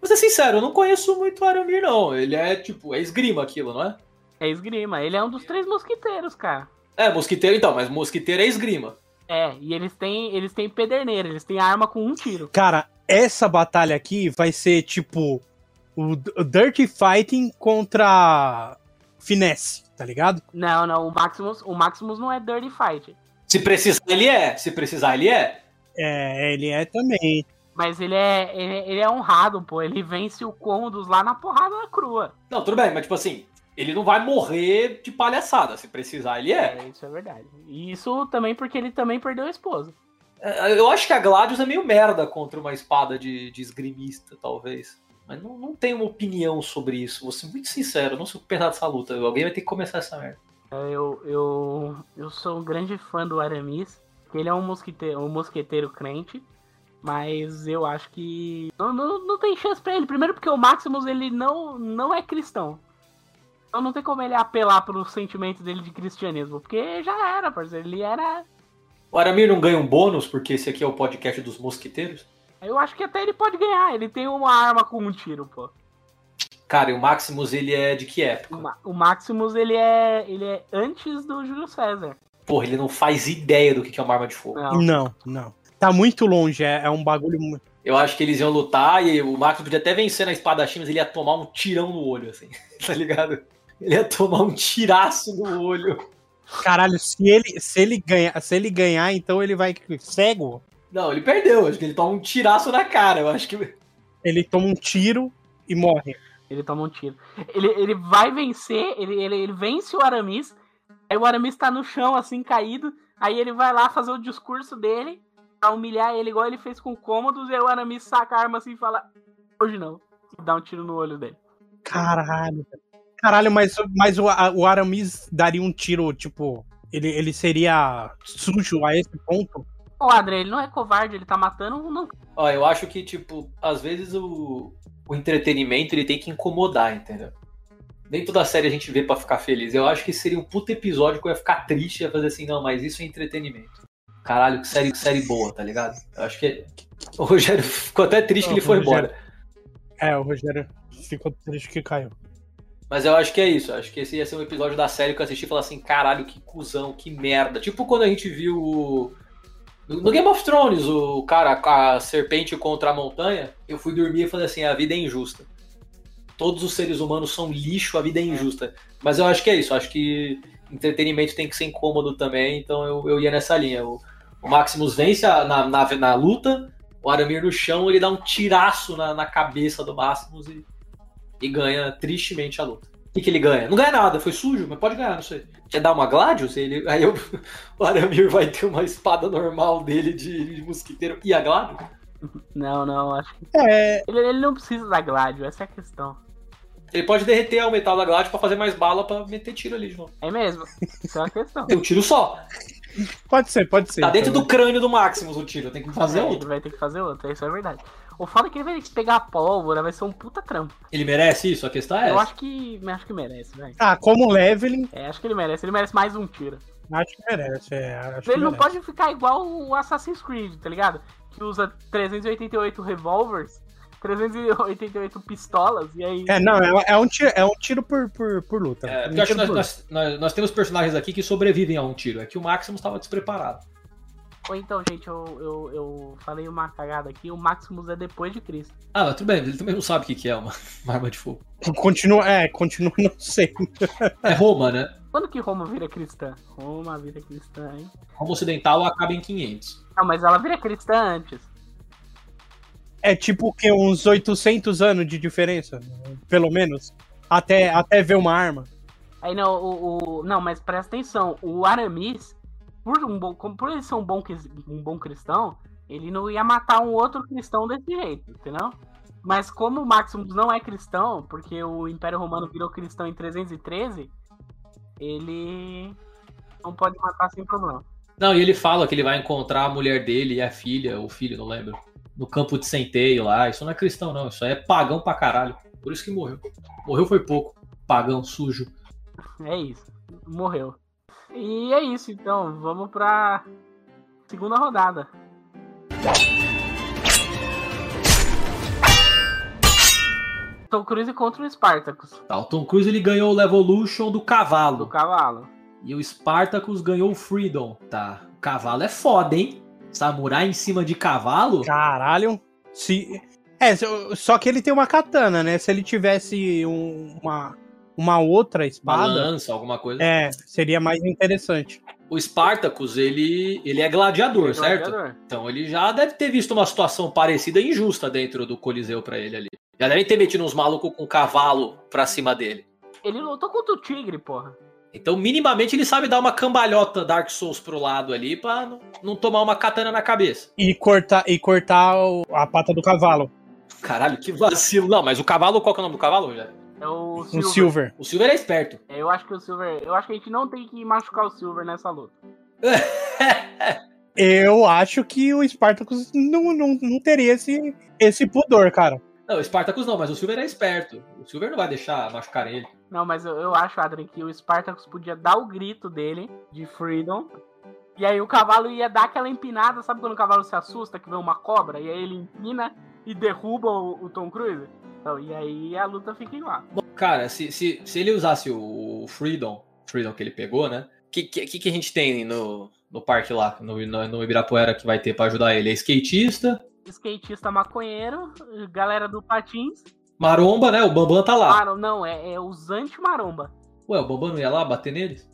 Vou ser sincero, eu não conheço muito o Aramir, não. Ele é tipo, é esgrima aquilo, não é?
É esgrima. Ele é um dos três mosquiteiros, cara.
É, mosquiteiro então, mas mosquiteiro é esgrima.
É, e eles têm, eles têm pederneira, eles têm arma com um tiro.
Cara, essa batalha aqui vai ser tipo. O, D- o Dirty Fighting contra. Finesse, tá ligado?
Não, não, o Maximus, o Maximus não é Dirty Fight.
Se precisar, ele é. Se precisar, ele é.
É, ele é também.
Mas ele é, ele, é- ele é honrado, pô. Ele vence o Condus lá na porrada na crua.
Não, tudo bem, mas tipo assim, ele não vai morrer de palhaçada. Se precisar, ele é.
É, isso é verdade. E isso também porque ele também perdeu a esposa.
É, Eu acho que a Gladius é meio merda contra uma espada de, de esgrimista, talvez. Mas não, não tenho uma opinião sobre isso. Vou ser muito sincero, não sei o que pensar dessa luta. Alguém vai ter que começar essa merda.
É, Eu, eu, eu sou um grande fã do Aramis. porque Ele é um mosqueteiro, um mosqueteiro crente. Mas eu acho que. Não, não, não tem chance pra ele. Primeiro porque o Maximus ele não, não é cristão. Então não tem como ele apelar pro sentimento dele de cristianismo. Porque já era, parceiro. Ele era.
O Aramir não ganha um bônus, porque esse aqui é o podcast dos mosqueteiros.
Eu acho que até ele pode ganhar. Ele tem uma arma com um tiro, pô.
Cara, e o Maximus, ele é de que
O,
época?
Ma- o Maximus ele é. ele é antes do Júlio César.
Porra, ele não faz ideia do que que é uma arma de fogo.
Não.
Não, não. Tá muito longe, é, é um bagulho muito.
Eu acho que eles iam lutar e o Maximus podia até vencer na espada China, mas ele ia tomar um tirão no olho, assim. Tá ligado? Ele ia tomar um tiraço no olho.
Caralho, se ele, se ele ganhar, se ele ganhar, então ele vai cego.
Não, ele perdeu. Acho que ele toma um tiraço na cara. Eu acho que.
Ele toma um tiro e morre.
Ele toma um tiro. Ele, ele vai vencer, ele, ele, ele vence o Aramis. Aí o Aramis tá no chão, assim, caído. Aí ele vai lá fazer o discurso dele pra humilhar ele, igual ele fez com o Cômodos. E aí o Aramis saca a arma assim e fala: Hoje não. E dá um tiro no olho dele.
Caralho. Caralho, mas, mas o, a- o Aramis daria um tiro, tipo, ele, ele seria sujo a esse ponto?
Ô, André, ele não é covarde, ele tá matando um não.
Ó, eu acho que, tipo, às vezes o, o entretenimento ele tem que incomodar, entendeu? Nem toda série a gente vê pra ficar feliz. Eu acho que seria um puto episódio que eu ia ficar triste e ia fazer assim, não, mas isso é entretenimento. Caralho, que série, que série boa, tá ligado? Eu acho que. O Rogério ficou até triste que ele foi
O Rogério-
embora.
É, o Rogério ficou triste que caiu.
Mas eu acho que é isso. Eu acho que esse ia ser um episódio da série que eu assisti e falar assim, caralho, que cuzão, que merda. Tipo quando a gente viu o- no no Game of Thrones, o cara com a serpente contra a montanha, eu fui dormir e falei assim, a vida é injusta. Todos os seres humanos são lixo, a vida é injusta. Mas eu acho que é isso. Eu acho que entretenimento tem que ser incômodo também, então eu, eu ia nessa linha. O, o Maximus vence a- na, na, na luta, o Aramir no chão, ele dá um tiraço na, na cabeça do Maximus e, e ganha tristemente a luta. O que, que ele ganha? Não ganha nada, foi sujo, mas pode ganhar, não sei. Quer dar uma Gladius? Ele, aí eu- o Aramir vai ter uma espada normal dele de, de mosquiteiro e a Gladius?
Não, não, acho que.
É,
Ele, ele não precisa da Gládio, essa é a questão.
Ele pode derreter o metal da Gladius pra fazer mais bala pra meter tiro ali de novo.
É mesmo? Isso é uma questão.
Tem um tiro só.
pode ser, pode ser.
Tá dentro
também.
do crânio do Maximus o tiro, tem que fazer
É,
outro.
ele vai ter que fazer outra, isso é verdade. O foda é que ele vai ter que pegar a pólvora, vai ser um puta trampo.
Ele merece isso? A questão é
Eu
essa.
acho que, acho que merece, velho.
Ah, como leveling,
É, acho que ele merece. Ele merece mais um tiro.
acho que merece. é, acho que
ele não
merece.
pode ficar igual o Assassin's Creed, tá ligado? Que usa 388 revólveres, 388 pistolas, e aí.
É, não, é, é um tiro, é um tiro por, por, por luta.
É,
um
porque eu acho que
tiro
nós,
por
nós- nós- nós temos personagens aqui que sobrevivem a um tiro. É que o Maximus tava despreparado.
Ou então, gente, eu, eu, eu falei uma cagada aqui, o Maximus é depois de Cristo.
Ah, mas tudo bem, ele também não sabe o que, que é uma, uma arma de fogo.
luta. Continua, é, continua, não sei.
É Roma, né?
Quando que Roma vira cristã? Roma vira cristã, hein?
Roma ocidental acaba em 500.
Não, mas ela vira cristã antes.
É tipo que uns 800 anos de diferença, pelo menos, até, até ver uma arma.
Aí não, o, o- Não, mas presta atenção, o Aramis, por, um bom, como- por ele ser um bom, cris- um bom cristão, ele não ia matar um outro cristão desse jeito, entendeu? Mas como o Maximus não é cristão, porque o Império Romano virou cristão em 313, ele não pode matar sem problema.
Não, e ele fala que ele vai encontrar a mulher dele e a filha, ou filho, não lembro, no campo de centeio lá. Isso não é cristão, não. Isso aí é pagão pra caralho. Por isso que morreu. Morreu foi pouco. Pagão, sujo.
É isso, morreu. E é isso, então, vamos pra segunda rodada. Tom Cruise contra o Spartacus,
Tá, o Tom Cruise ele ganhou o Levolution do
do
cavalo.
cavalo.
E o Spartacus ganhou o Freedom. Tá. O cavalo é foda, hein? Samurai em cima de cavalo?
Caralho. Se, é, se- só que ele tem uma katana, né? Se ele tivesse um- uma, uma outra
Uma
espada,
lança, alguma coisa.
é, seria mais interessante.
o Spartacus, ele, ele é gladiador,
Ele é
certo?
gladiador.
Então ele já deve ter visto uma situação parecida e injusta dentro do Coliseu pra ele ali. Já devem ter metido uns malucos com cavalo pra cima dele.
Ele lutou contra o tigre, porra.
Então, minimamente, ele sabe dar uma cambalhota Dark Souls pro lado ali pra não- não tomar uma katana na cabeça.
E cortar, e cortar o- a pata do cavalo.
Caralho, que vacilo. Não, mas o cavalo, qual que é o nome do cavalo, Rogério?
É o
Um
Silver.
silver.
O Silver é esperto.
É, Eu acho que o Silver. Eu acho que a gente não tem que machucar o Silver nessa luta.
Eu acho que o Spartacus não, não, não teria esse, esse pudor, cara.
Não, o Spartacus não, mas o Silver é esperto. O Silver não vai deixar machucar ele.
Não, mas eu, eu acho, Adrian, que o Spartacus podia dar o grito dele de Freedom. E aí o cavalo ia dar aquela empinada, sabe quando o cavalo se assusta que vê uma cobra? E aí ele empina e derruba o, o Tom Cruise? Então, e aí a luta fica igual.
Bom, Cara, se, se, se ele usasse o, o Freedom, Freedom que ele pegou, né? O que, que, que a gente tem no, no parque lá, no, no, no Ibirapuera que vai ter pra ajudar ele? É skatista,
Skatista maconheiro, galera do Patins.
maromba, né? O Bambam tá lá.
Maro, não, é, é os anti-maromba.
Ué, o Bambam não ia lá bater neles?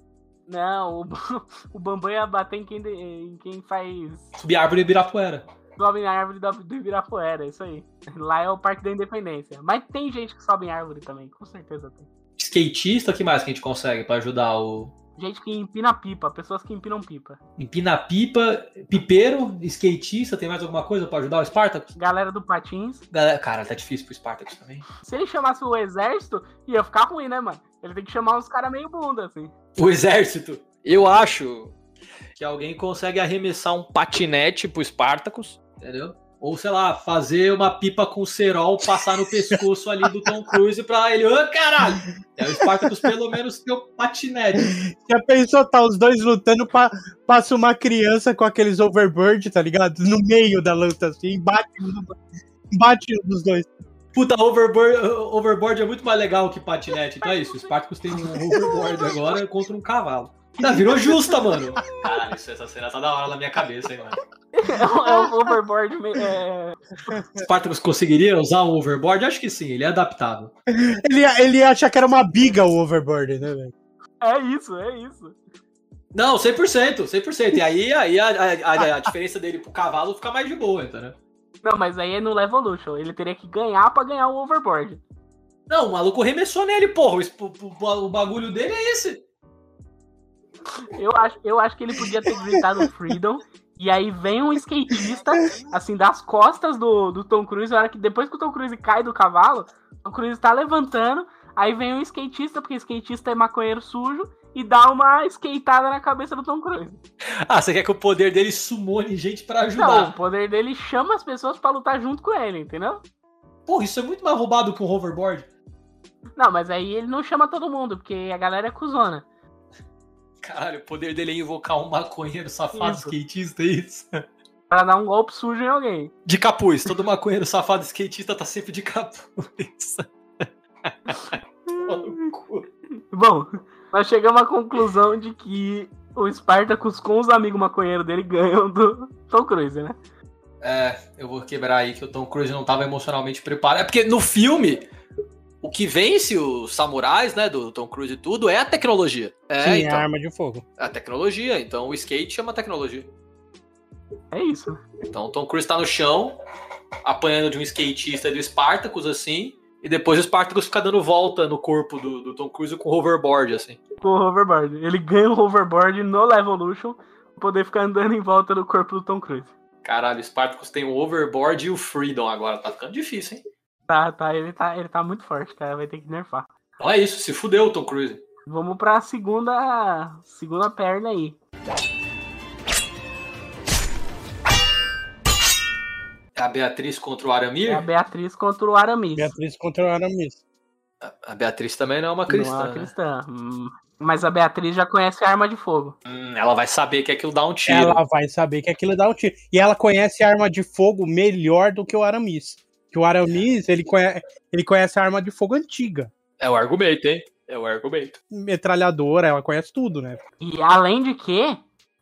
Não, o, Bam- o Bambam ia bater em quem, de- em quem faz.
Subir a árvore do Ibirapuera.
Sobe na árvore do, do Ibirapuera, é isso aí. Lá é o Parque da Independência. Mas tem gente que sobe em árvore também, com certeza tem.
Skatista, que mais que a gente consegue pra ajudar o.
Gente que empina pipa, pessoas que empinam pipa.
Empina pipa, pipeiro, skatista, tem mais alguma coisa pra ajudar o Spartacus?
Galera do Patins.
Galera, cara, tá difícil pro Spartacus também.
Se ele chamasse o exército, ia ficar ruim, né, mano? Ele tem que chamar uns caras meio bunda, assim.
O exército. Eu acho que alguém consegue arremessar um patinete pro Spartacus, entendeu? Ou, sei lá, fazer uma pipa com cerol passar no pescoço ali do Tom Cruise pra ele. Ô, caralho! É, o Spartacus pelo menos tem o patinete.
Já pensou, tá os dois lutando, pa, passa uma criança com aqueles overbird, tá ligado? No meio da luta, assim, e bate, um do- bate um dos dois.
Puta, overboard, overboard é muito mais legal que patinete. Então é isso, o Spartacus tem um overboard agora contra um cavalo. Tá, virou justa, mano. Caralho, isso- essa cena tá da hora na minha cabeça, hein, mano.
É o, é o overboard meio. É...
Spartacus conseguiria usar um overboard? Acho que sim, ele é adaptável.
Ele, ele acha que era uma biga o overboard, né, velho?
é isso, é isso.
Não, 100%, 100%. E aí, aí a, a- a- a diferença dele pro cavalo fica mais de boa, entendeu?
Não, mas aí é no Levolution. Ele teria que ganhar pra ganhar o overboard.
Não, o maluco remessou nele, porra. O, espo- o- o- o bagulho dele é esse.
Eu acho, eu acho que ele podia ter gritado Freedom. E aí vem um skatista, assim, das costas do, do Tom Cruise. A hora que depois que o Tom Cruise cai do cavalo, o Tom Cruise tá levantando. Aí vem um skatista, porque skatista é maconheiro sujo, e dá uma skateada na cabeça do Tom Cruise.
Ah, você quer que o poder dele sumone gente pra
Então, o
ajudar?
poder dele chama as pessoas pra lutar junto com ele, entendeu?
Porra, isso é muito mais roubado que um hoverboard.
Não, mas aí ele não chama todo mundo, porque a galera é cuzona.
Caralho, o poder dele é invocar um maconheiro safado
Isso.
skatista, é isso?
Pra dar um golpe sujo em alguém.
De capuz. Todo maconheiro safado skatista tá sempre de capuz. Toma no cu.
Bom, nós chegamos à conclusão de que o Spartacus com os amigos maconheiros dele ganham do Tom Cruise, né?
É, eu vou quebrar aí que o Tom Cruise não tava emocionalmente preparado. É porque no filme, o que vence os samurais, né, do Tom Cruise e tudo, é a tecnologia. É,
Sim,
então,
a arma de fogo.
é a tecnologia. Então o skate chama tecnologia.
É isso.
Então o Tom Cruise tá no chão, apanhando de um skatista e do Spartacus, assim. E depois o Spartacus fica dando volta no corpo do, do Tom Cruise com hoverboard, assim.
Com o hoverboard. Ele ganha o hoverboard no Levolution pra poder ficar andando em volta do corpo do Tom Cruise.
Caralho, o Spartacus tem o overboard e o freedom agora. Tá ficando difícil, hein?
Tá, tá, ele tá, ele tá muito forte, tá? Vai ter que nerfar.
Então é isso, se fudeu o Tom Cruise.
Vamos pra segunda. segunda perna aí.
A Beatriz contra o
É
Aramir?
a Beatriz contra o Aramis.
Beatriz contra o Aramis.
A Beatriz também não é uma cristã.
Não é uma
né?
cristã. Hum, Mas a Beatriz já conhece a arma de fogo.
Hum, ela vai saber que aquilo dá um tiro.
Ela vai saber que aquilo dá um tiro. E ela conhece a arma de fogo melhor do que o Aramis. Que o Aramis, ele, conhe- ele conhece a arma de fogo antiga.
É o argumento, hein? É o argumento.
Metralhadora, ela conhece tudo, né?
E além de que,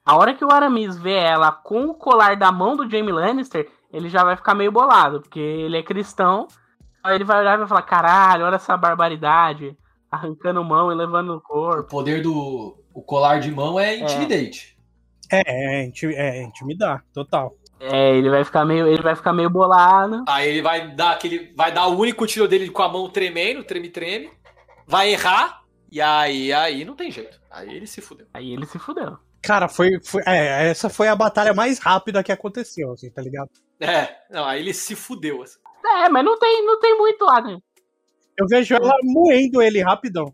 a hora que o Aramis vê ela com o colar da mão do Jamie Lannister, ele já vai ficar meio bolado, porque ele é cristão. Aí ele vai olhar e vai falar: caralho, olha essa barbaridade. arrancando mão e levando no
O
corpo.
poder do o colar de mão é intimidate.
É, é, inti- é intimidar, total.
É, ele vai ficar meio, ele vai ficar meio bolado.
Aí ele vai dar aquele. Vai dar o único tiro dele com a mão tremendo, treme-treme. Vai errar. E aí, aí não tem jeito. Aí ele se fudeu.
Aí ele se fudeu.
Cara, foi, foi- é, essa foi a batalha mais rápida que aconteceu, assim, tá ligado?
É, não, aí ele se fudeu. assim.
É, mas não tem, não tem muito, Adam.
Eu vejo ela moendo ele rapidão.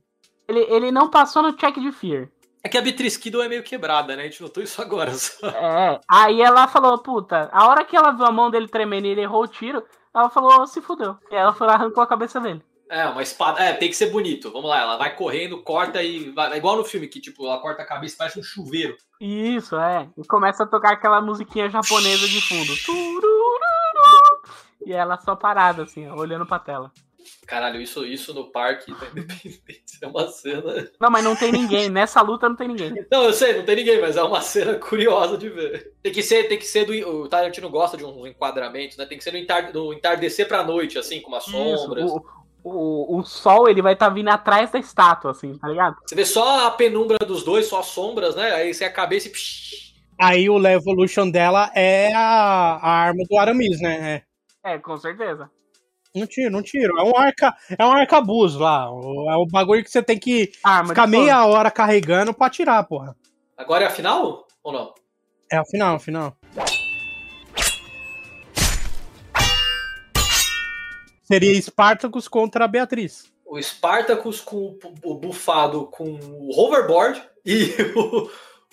Ele, ele não passou no check de fear.
É que a Beatriz Kiddo é meio quebrada, né? A gente notou isso agora. só.
É, aí ela falou, puta, a hora que ela viu a mão dele tremendo e ele errou o tiro, ela falou, se fudeu. E ela foi lá e arrancou a cabeça dele.
É, uma espada. É, tem que ser bonito. Vamos lá, ela vai correndo, corta e. Vai, é igual no filme que, tipo, ela corta a cabeça e parece um chuveiro.
Isso, é. E começa a tocar aquela musiquinha japonesa de fundo. Turururu. E ela só parada, assim, ó, olhando pra tela.
Caralho, isso, isso no parque da Independência é uma cena.
Não, mas não tem ninguém. Nessa luta não tem ninguém.
Não, eu sei, não tem ninguém, mas é uma cena curiosa de ver. Tem que ser, tem que ser do. O Tarantino gosta de uns enquadramentos, né? Tem que ser no, entar- no entardecer pra noite, assim, com umas
Isso,
sombras.
o, o, o sol, ele vai estar vindo atrás da estátua, assim, tá ligado?
Você vê só a penumbra dos dois, só as sombras, né? Aí você a cabeça e. psh.
Aí o Levolution dela é a, a arma do Aramis, né? É.
É, com certeza.
Um tiro, um tiro. É um, arca, é um arcabuz lá. O- É o bagulho que você tem que
Arma
ficar
de fogo.
meia hora carregando pra tirar, porra.
Agora é a final? Ou não?
É a final, a final. Seria Spartacus contra a Beatriz.
O Spartacus com o, bu- o bufado com o hoverboard e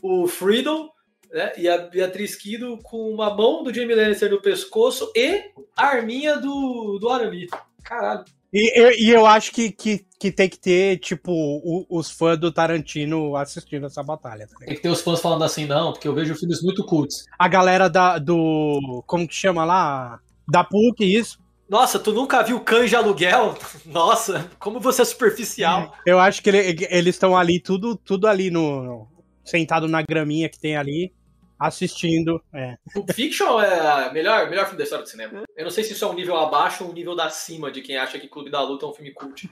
o, o Freedom, né? E a Beatriz Kido com uma mão do Jamie Lannister no pescoço e a arminha do, do Arami. Caralho.
E eu, e eu acho que, que, que tem que ter, tipo, o- os fãs do Tarantino assistindo essa batalha. tá ligado?
Tem que ter os fãs falando assim, não, porque eu vejo filmes muito cultos.
A galera da, do. Como que chama lá? Da PUC, isso.
Nossa, tu nunca viu canja aluguel? Nossa, como você é superficial.
Eu acho que ele- eles estão ali, tudo, tudo ali no, no- Sentado na graminha que tem ali, assistindo. É.
Pulp Fiction é a melhor, melhor filme da história do cinema. Eu não sei se isso é um nível abaixo ou um nível da cima de quem acha que Clube da Luta é um filme cult.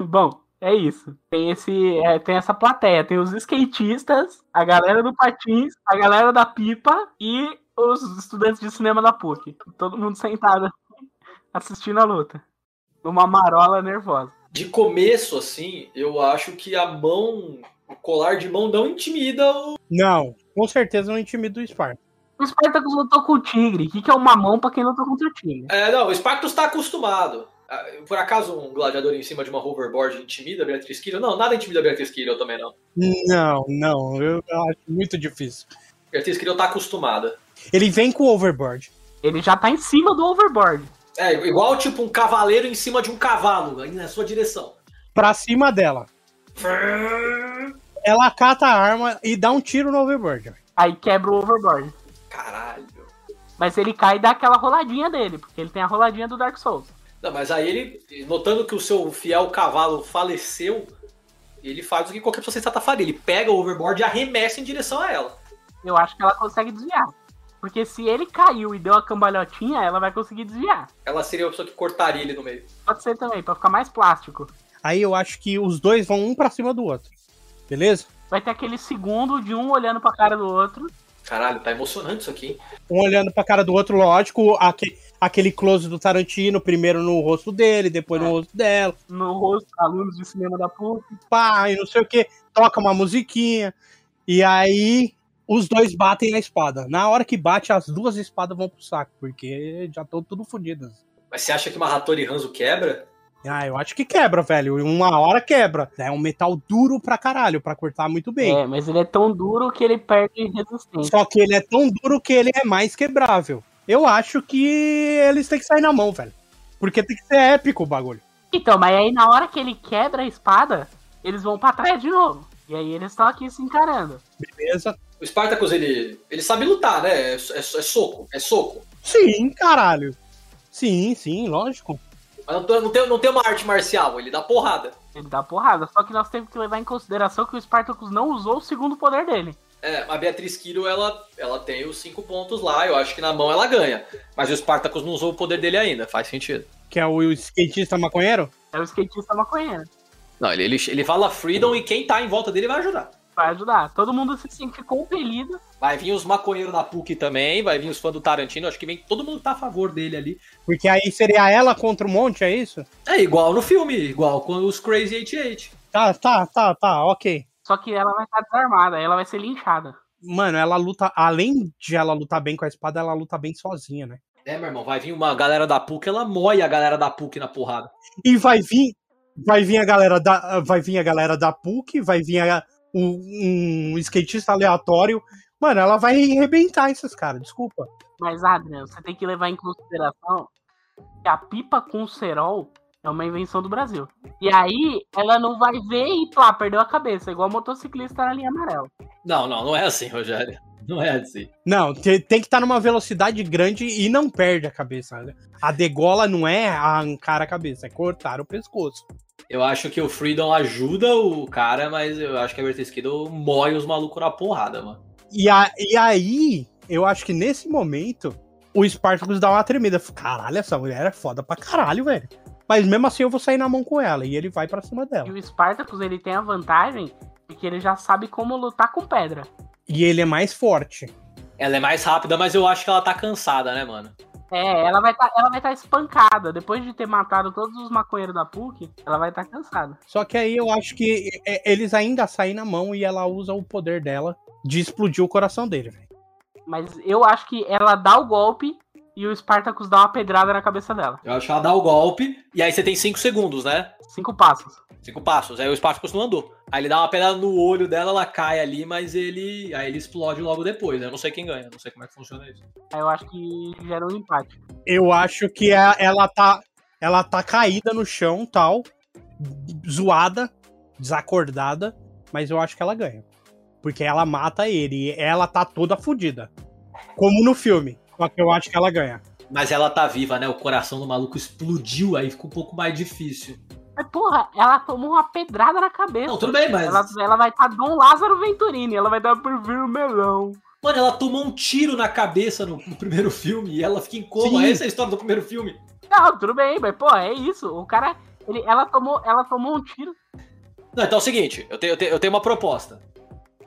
Bom, é isso. Tem, esse, é, tem essa plateia. Tem os skatistas, a galera do patins, a galera da pipa e os estudantes de cinema da PUC. Todo mundo sentado assistindo a luta. Numa marola nervosa.
De começo, assim, eu acho que a mão, o colar de mão não intimida o...
Não, com certeza é um não intimida o Spartacus.
O Spartacus lutou com o tigre. O que, que é o mamão pra quem lutou contra o tigre?
É, não, o Spartacus tá acostumado. Ah, Por acaso um gladiador em cima de uma hoverboard intimida a Beatriz Kiddo? Não, nada intimida a Beatriz Kiddo também, não.
Não, não, eu acho muito difícil.
Beatriz Kiddo tá acostumada.
Ele vem com o overboard.
Ele já tá em cima do overboard.
É, igual tipo um cavaleiro em cima de um cavalo, aí na sua direção.
Pra cima dela. Ela cata a arma e dá um tiro no overboard.
Aí quebra o overboard.
Caralho.
Mas ele cai e dá aquela roladinha dele, porque ele tem a roladinha do Dark Souls.
Não, mas aí ele, notando que o seu fiel cavalo faleceu, ele faz o que qualquer pessoa sensata faria. Ele pega o overboard e arremessa em direção a ela.
eu acho que ela consegue desviar. Porque se ele caiu e deu a cambalhotinha, ela vai conseguir desviar.
Ela seria a pessoa que cortaria ele no meio.
Pode ser também, pra ficar mais plástico.
Aí eu acho que os dois vão um pra cima do outro. Beleza?
Vai ter aquele segundo de um olhando pra cara do outro.
Caralho, tá emocionante isso aqui, hein?
Um olhando pra cara do outro, lógico, aque- aquele close do Tarantino, primeiro no rosto dele, depois no rosto dela,
No rosto, alunos de cinema da PUC.
pá, e não sei o que, toca uma musiquinha. E aí os dois batem na espada. Na hora que bate, as duas espadas vão pro saco, porque já estão tudo fodidas.
Mas você acha que uma Hattori Hanzo quebra?
Ah, eu acho que quebra, velho. Uma hora quebra. É um metal duro pra caralho, pra cortar muito bem.
É, mas ele é tão duro que ele perde resistência.
Só que ele é tão duro que ele é mais quebrável. Eu acho que eles têm que sair na mão, velho. Porque tem que ser épico o bagulho.
Então, mas aí na hora que ele quebra a espada, eles vão pra trás de novo. E aí eles estão aqui se encarando.
Beleza?
O Spartacus, ele, ele sabe lutar, né? É, é- é soco, é soco.
Sim, caralho. Sim, sim, lógico.
Mas não, não tem, não tem uma arte marcial, ele dá porrada.
Ele dá porrada. Só que nós temos que levar em consideração que o Spartacus não usou o segundo poder dele.
É, a Beatriz Kiro, ela, ela tem os cinco pontos lá, eu acho que na mão ela ganha. Mas o Spartacus não usou o poder dele ainda, faz sentido.
Que é o skatista maconheiro?
É o skatista maconheiro.
Não, ele, ele, ele fala freedom e quem tá em volta dele vai ajudar.
Vai ajudar. Todo mundo se sente compelido.
Vai vir os maconheiros da PUC também, vai vir os fãs do Tarantino, acho que vem todo mundo tá a favor dele ali.
Porque aí seria ela contra o monte, é isso?
É igual no filme, igual com os Crazy 88.
Tá, tá, tá, tá, ok.
Só que ela vai estar desarmada, ela vai ser linchada.
Mano, ela luta, além de ela lutar bem com a espada, ela luta bem sozinha, né?
É, meu irmão, vai vir uma galera da PUC, ela moia a galera da PUC na porrada.
E vai vir, vai vir a galera da, vai vir a galera da PUC, vai vir a- um, um skatista aleatório. Mano, ela vai arrebentar esses caras, desculpa.
Mas, Adriano, você tem que levar em consideração que a pipa com cerol é uma invenção do Brasil. E aí, ela não vai ver e pá, perdeu a cabeça, igual motociclista na linha amarela.
Não, não, não é assim, Rogério. Não é assim.
Não, te- tem que estar numa velocidade grande e não perde a cabeça. né? A degola não é arrancar a cabeça, é cortar o pescoço.
Eu acho que o Freedom ajuda o cara, mas eu acho que a Bertesquido moia os malucos na porrada, mano.
E, a- e aí, eu acho que nesse momento, o Spartacus dá uma tremida. Fala, Caralho, essa mulher é foda pra caralho, velho. Mas mesmo assim eu vou sair na mão com ela. E ele vai pra cima
E
dela.
o Spartacus, ele tem a vantagem de que ele já sabe como lutar com pedra.
E ele é mais forte.
Ela é mais rápida, mas eu acho que ela tá cansada, né, mano?
É, ela vai tá, ela vai estar espancada. Depois de ter matado todos os maconheiros da PUC, ela vai estar cansada.
Só que aí eu acho que é, eles ainda saem na mão e ela usa o poder dela de explodir o coração dele, velho.
Mas eu acho que ela dá o golpe e o Spartacus dá uma pedrada na cabeça dela.
Eu acho que ela dá o golpe, e aí você tem 5 segundos, né?
Cinco passos.
Cinco passos. Aí o Spartacus não andou. Aí ele dá uma pedada no olho dela, ela cai ali, mas ele. Aí ele explode logo depois. né? Eu não sei quem ganha, eu não sei como é que funciona isso.
Aí eu acho que gera um empate.
Eu acho que a- ela tá ela tá caída no chão, tal, zoada, desacordada, mas eu acho que ela ganha. Porque ela mata ele e ela tá toda fodida. Como no filme. Só que eu acho que ela ganha.
Mas ela tá viva, né? O coração do maluco explodiu, aí fica um pouco mais difícil.
Mas, porra, ela tomou uma pedrada na cabeça.
Não, tudo bem, mas.
Ela, ela vai estar Dom Lázaro Venturini. Ela vai dar por vir o melão.
Mano, ela tomou um tiro na cabeça no, no primeiro filme e ela fica em coma.
Sim.
Essa é a história do primeiro filme.
Não, tudo bem, mas, pô, é isso. O cara. ele- ela, tomou, ela tomou um tiro.
Não, então é o seguinte: eu tenho, eu tenho, eu tenho uma proposta.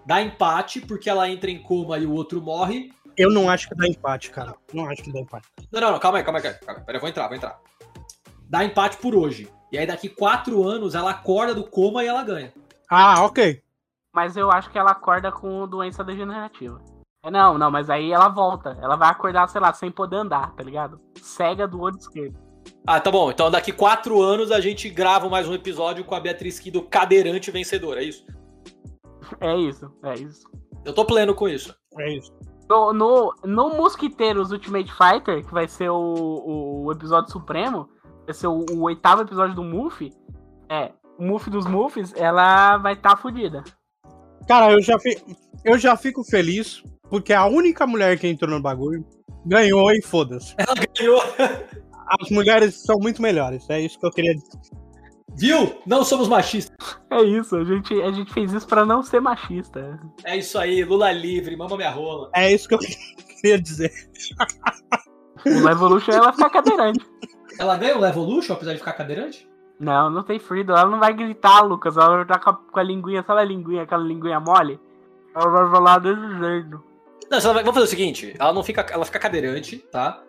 Dá empate, porque ela entra em coma e o outro morre.
Eu não acho que dá empate, cara. Não acho que dá empate.
Não, não, não, calma aí, calma aí, calma aí. calma aí. Pera, eu vou entrar, vou entrar. Dá empate por hoje. E aí daqui quatro anos ela acorda do coma e ela ganha.
Ah, ok.
Mas eu acho que ela acorda com doença degenerativa. É, Não, não, mas aí ela volta. Ela vai acordar, sei lá, sem poder andar, tá ligado? Cega do olho esquerdo.
Ah, tá bom. Então daqui quatro anos a gente grava mais um episódio com a Beatriz Kido cadeirante vencedora, é isso?
É isso, é isso.
Eu tô pleno com isso.
É isso.
No, no, no Mosquiteiros Ultimate Fighter, que vai ser o, o, o episódio supremo, vai ser o, o oitavo episódio do Muffy, é, o Muffy dos Muffs, ela vai estar tá fodida.
Cara, eu já, fi- eu já fico feliz porque a única mulher que entrou no bagulho ganhou e foda-se.
Ganhou.
As mulheres são muito melhores. É isso que eu queria dizer.
Viu? Não somos machistas.
É isso, a gente, a gente fez isso pra não ser machista.
É isso aí, Lula livre, mama minha rola.
É isso que eu queria dizer.
O Evolution, ela fica cadeirante.
Ela ganha o Evolution, apesar de ficar cadeirante?
Não, não tem freedom. Ela não vai gritar, Lucas. Ela vai estar com a, com a linguinha, sabe a linguinha, aquela linguinha mole? Ela vai falar desse jeito.
Não, só vai- vamos fazer o seguinte: ela não fica, ela fica cadeirante, tá?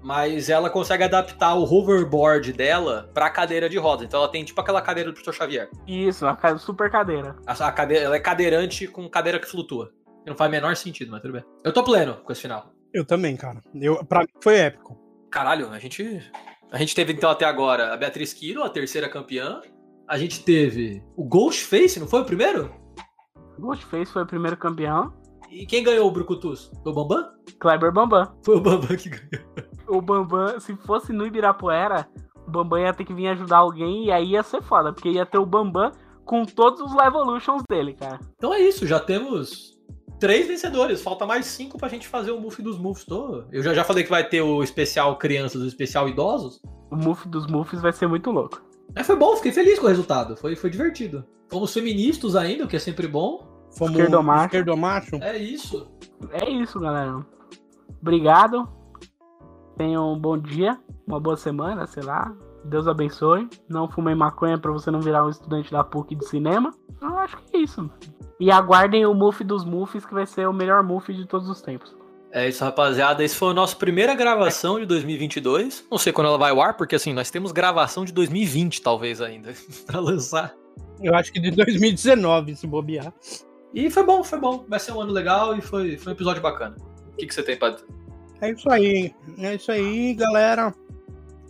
Mas ela consegue adaptar o hoverboard dela pra cadeira de rodas. Então ela tem tipo aquela cadeira do professor Xavier.
Isso, uma ca- super cadeira.
A, a cadeira, ela é cadeirante com cadeira que flutua. Que não faz o menor sentido, mas tudo bem. Eu tô pleno com esse final.
Eu também, cara. Eu, pra mim foi épico.
Caralho, a gente. A gente teve então até agora a Beatriz Quiro, a terceira campeã. A gente teve o Ghostface, não foi o primeiro?
Ghostface foi o primeiro campeão.
E quem ganhou o Brucutus? Foi o Bambam?
Kleber Bambam.
Foi o Bambam que ganhou.
O Bambam, se fosse no Ibirapuera, o Bambam ia ter que vir ajudar alguém e aí ia ser foda, porque ia ter o Bambam com todos os Evolutions dele, cara.
Então é isso, já temos três vencedores. Falta mais cinco pra gente fazer o Muff dos Muffs. Tô... Eu já, já falei que vai ter o especial crianças e o especial idosos.
O Muff dos Muffs vai ser muito louco.
Mas foi bom, fiquei feliz com o resultado. Foi, foi divertido. Fomos feministas ainda, o que é sempre bom.
Fomos
Esquerdomacho.
esquerdomacho.
É isso.
É isso, galera. Obrigado. Tenham um bom dia, uma boa semana, sei lá. Deus abençoe. Não fumei maconha pra você não virar um estudante da PUC de cinema. Eu acho que é isso. E aguardem o Muff dos Muffs, que vai ser o melhor Muff de todos os tempos.
É isso, rapaziada. Esse foi a nossa primeira gravação de 2022. Não sei quando ela vai ao ar, porque assim, nós temos gravação de 2020, talvez ainda, pra lançar.
Eu acho que de 2019, se bobear.
E foi bom, foi bom. Vai ser um ano legal e foi, foi um episódio bacana. O que, que você tem pra dizer?
É isso aí. É isso aí, galera.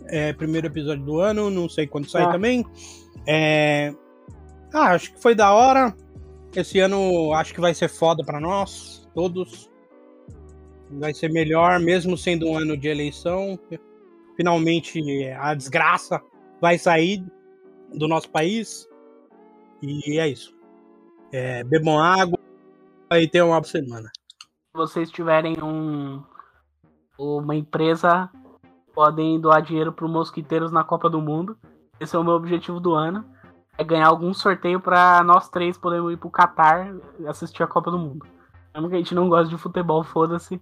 É, primeiro episódio do ano, não sei quando sai
Ah.
também. É... Ah, acho que foi da hora. Esse ano acho que vai ser foda pra nós, todos. Vai ser melhor, mesmo sendo um ano de eleição. Finalmente é, a desgraça vai sair do nosso país. E é isso. É, bebam água e tenham uma boa semana.
Se vocês tiverem um, uma empresa, podem doar dinheiro pro Mosquiteiros na Copa do Mundo. Esse é o meu objetivo do ano. É ganhar algum sorteio pra nós três podermos ir pro Catar assistir a Copa do Mundo. Mesmo que a gente não gosta de futebol, foda-se.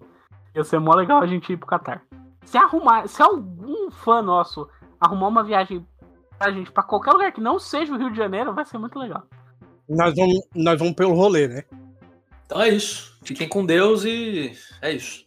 Ia ser mó legal a gente ir pro Catar. Se arrumar, se algum fã nosso arrumar uma viagem pra gente pra qualquer lugar que não seja o Rio de Janeiro, vai ser muito legal.
Nós vamos, nós vamos pelo rolê, né?
Então é isso. Fiquem com Deus e é isso.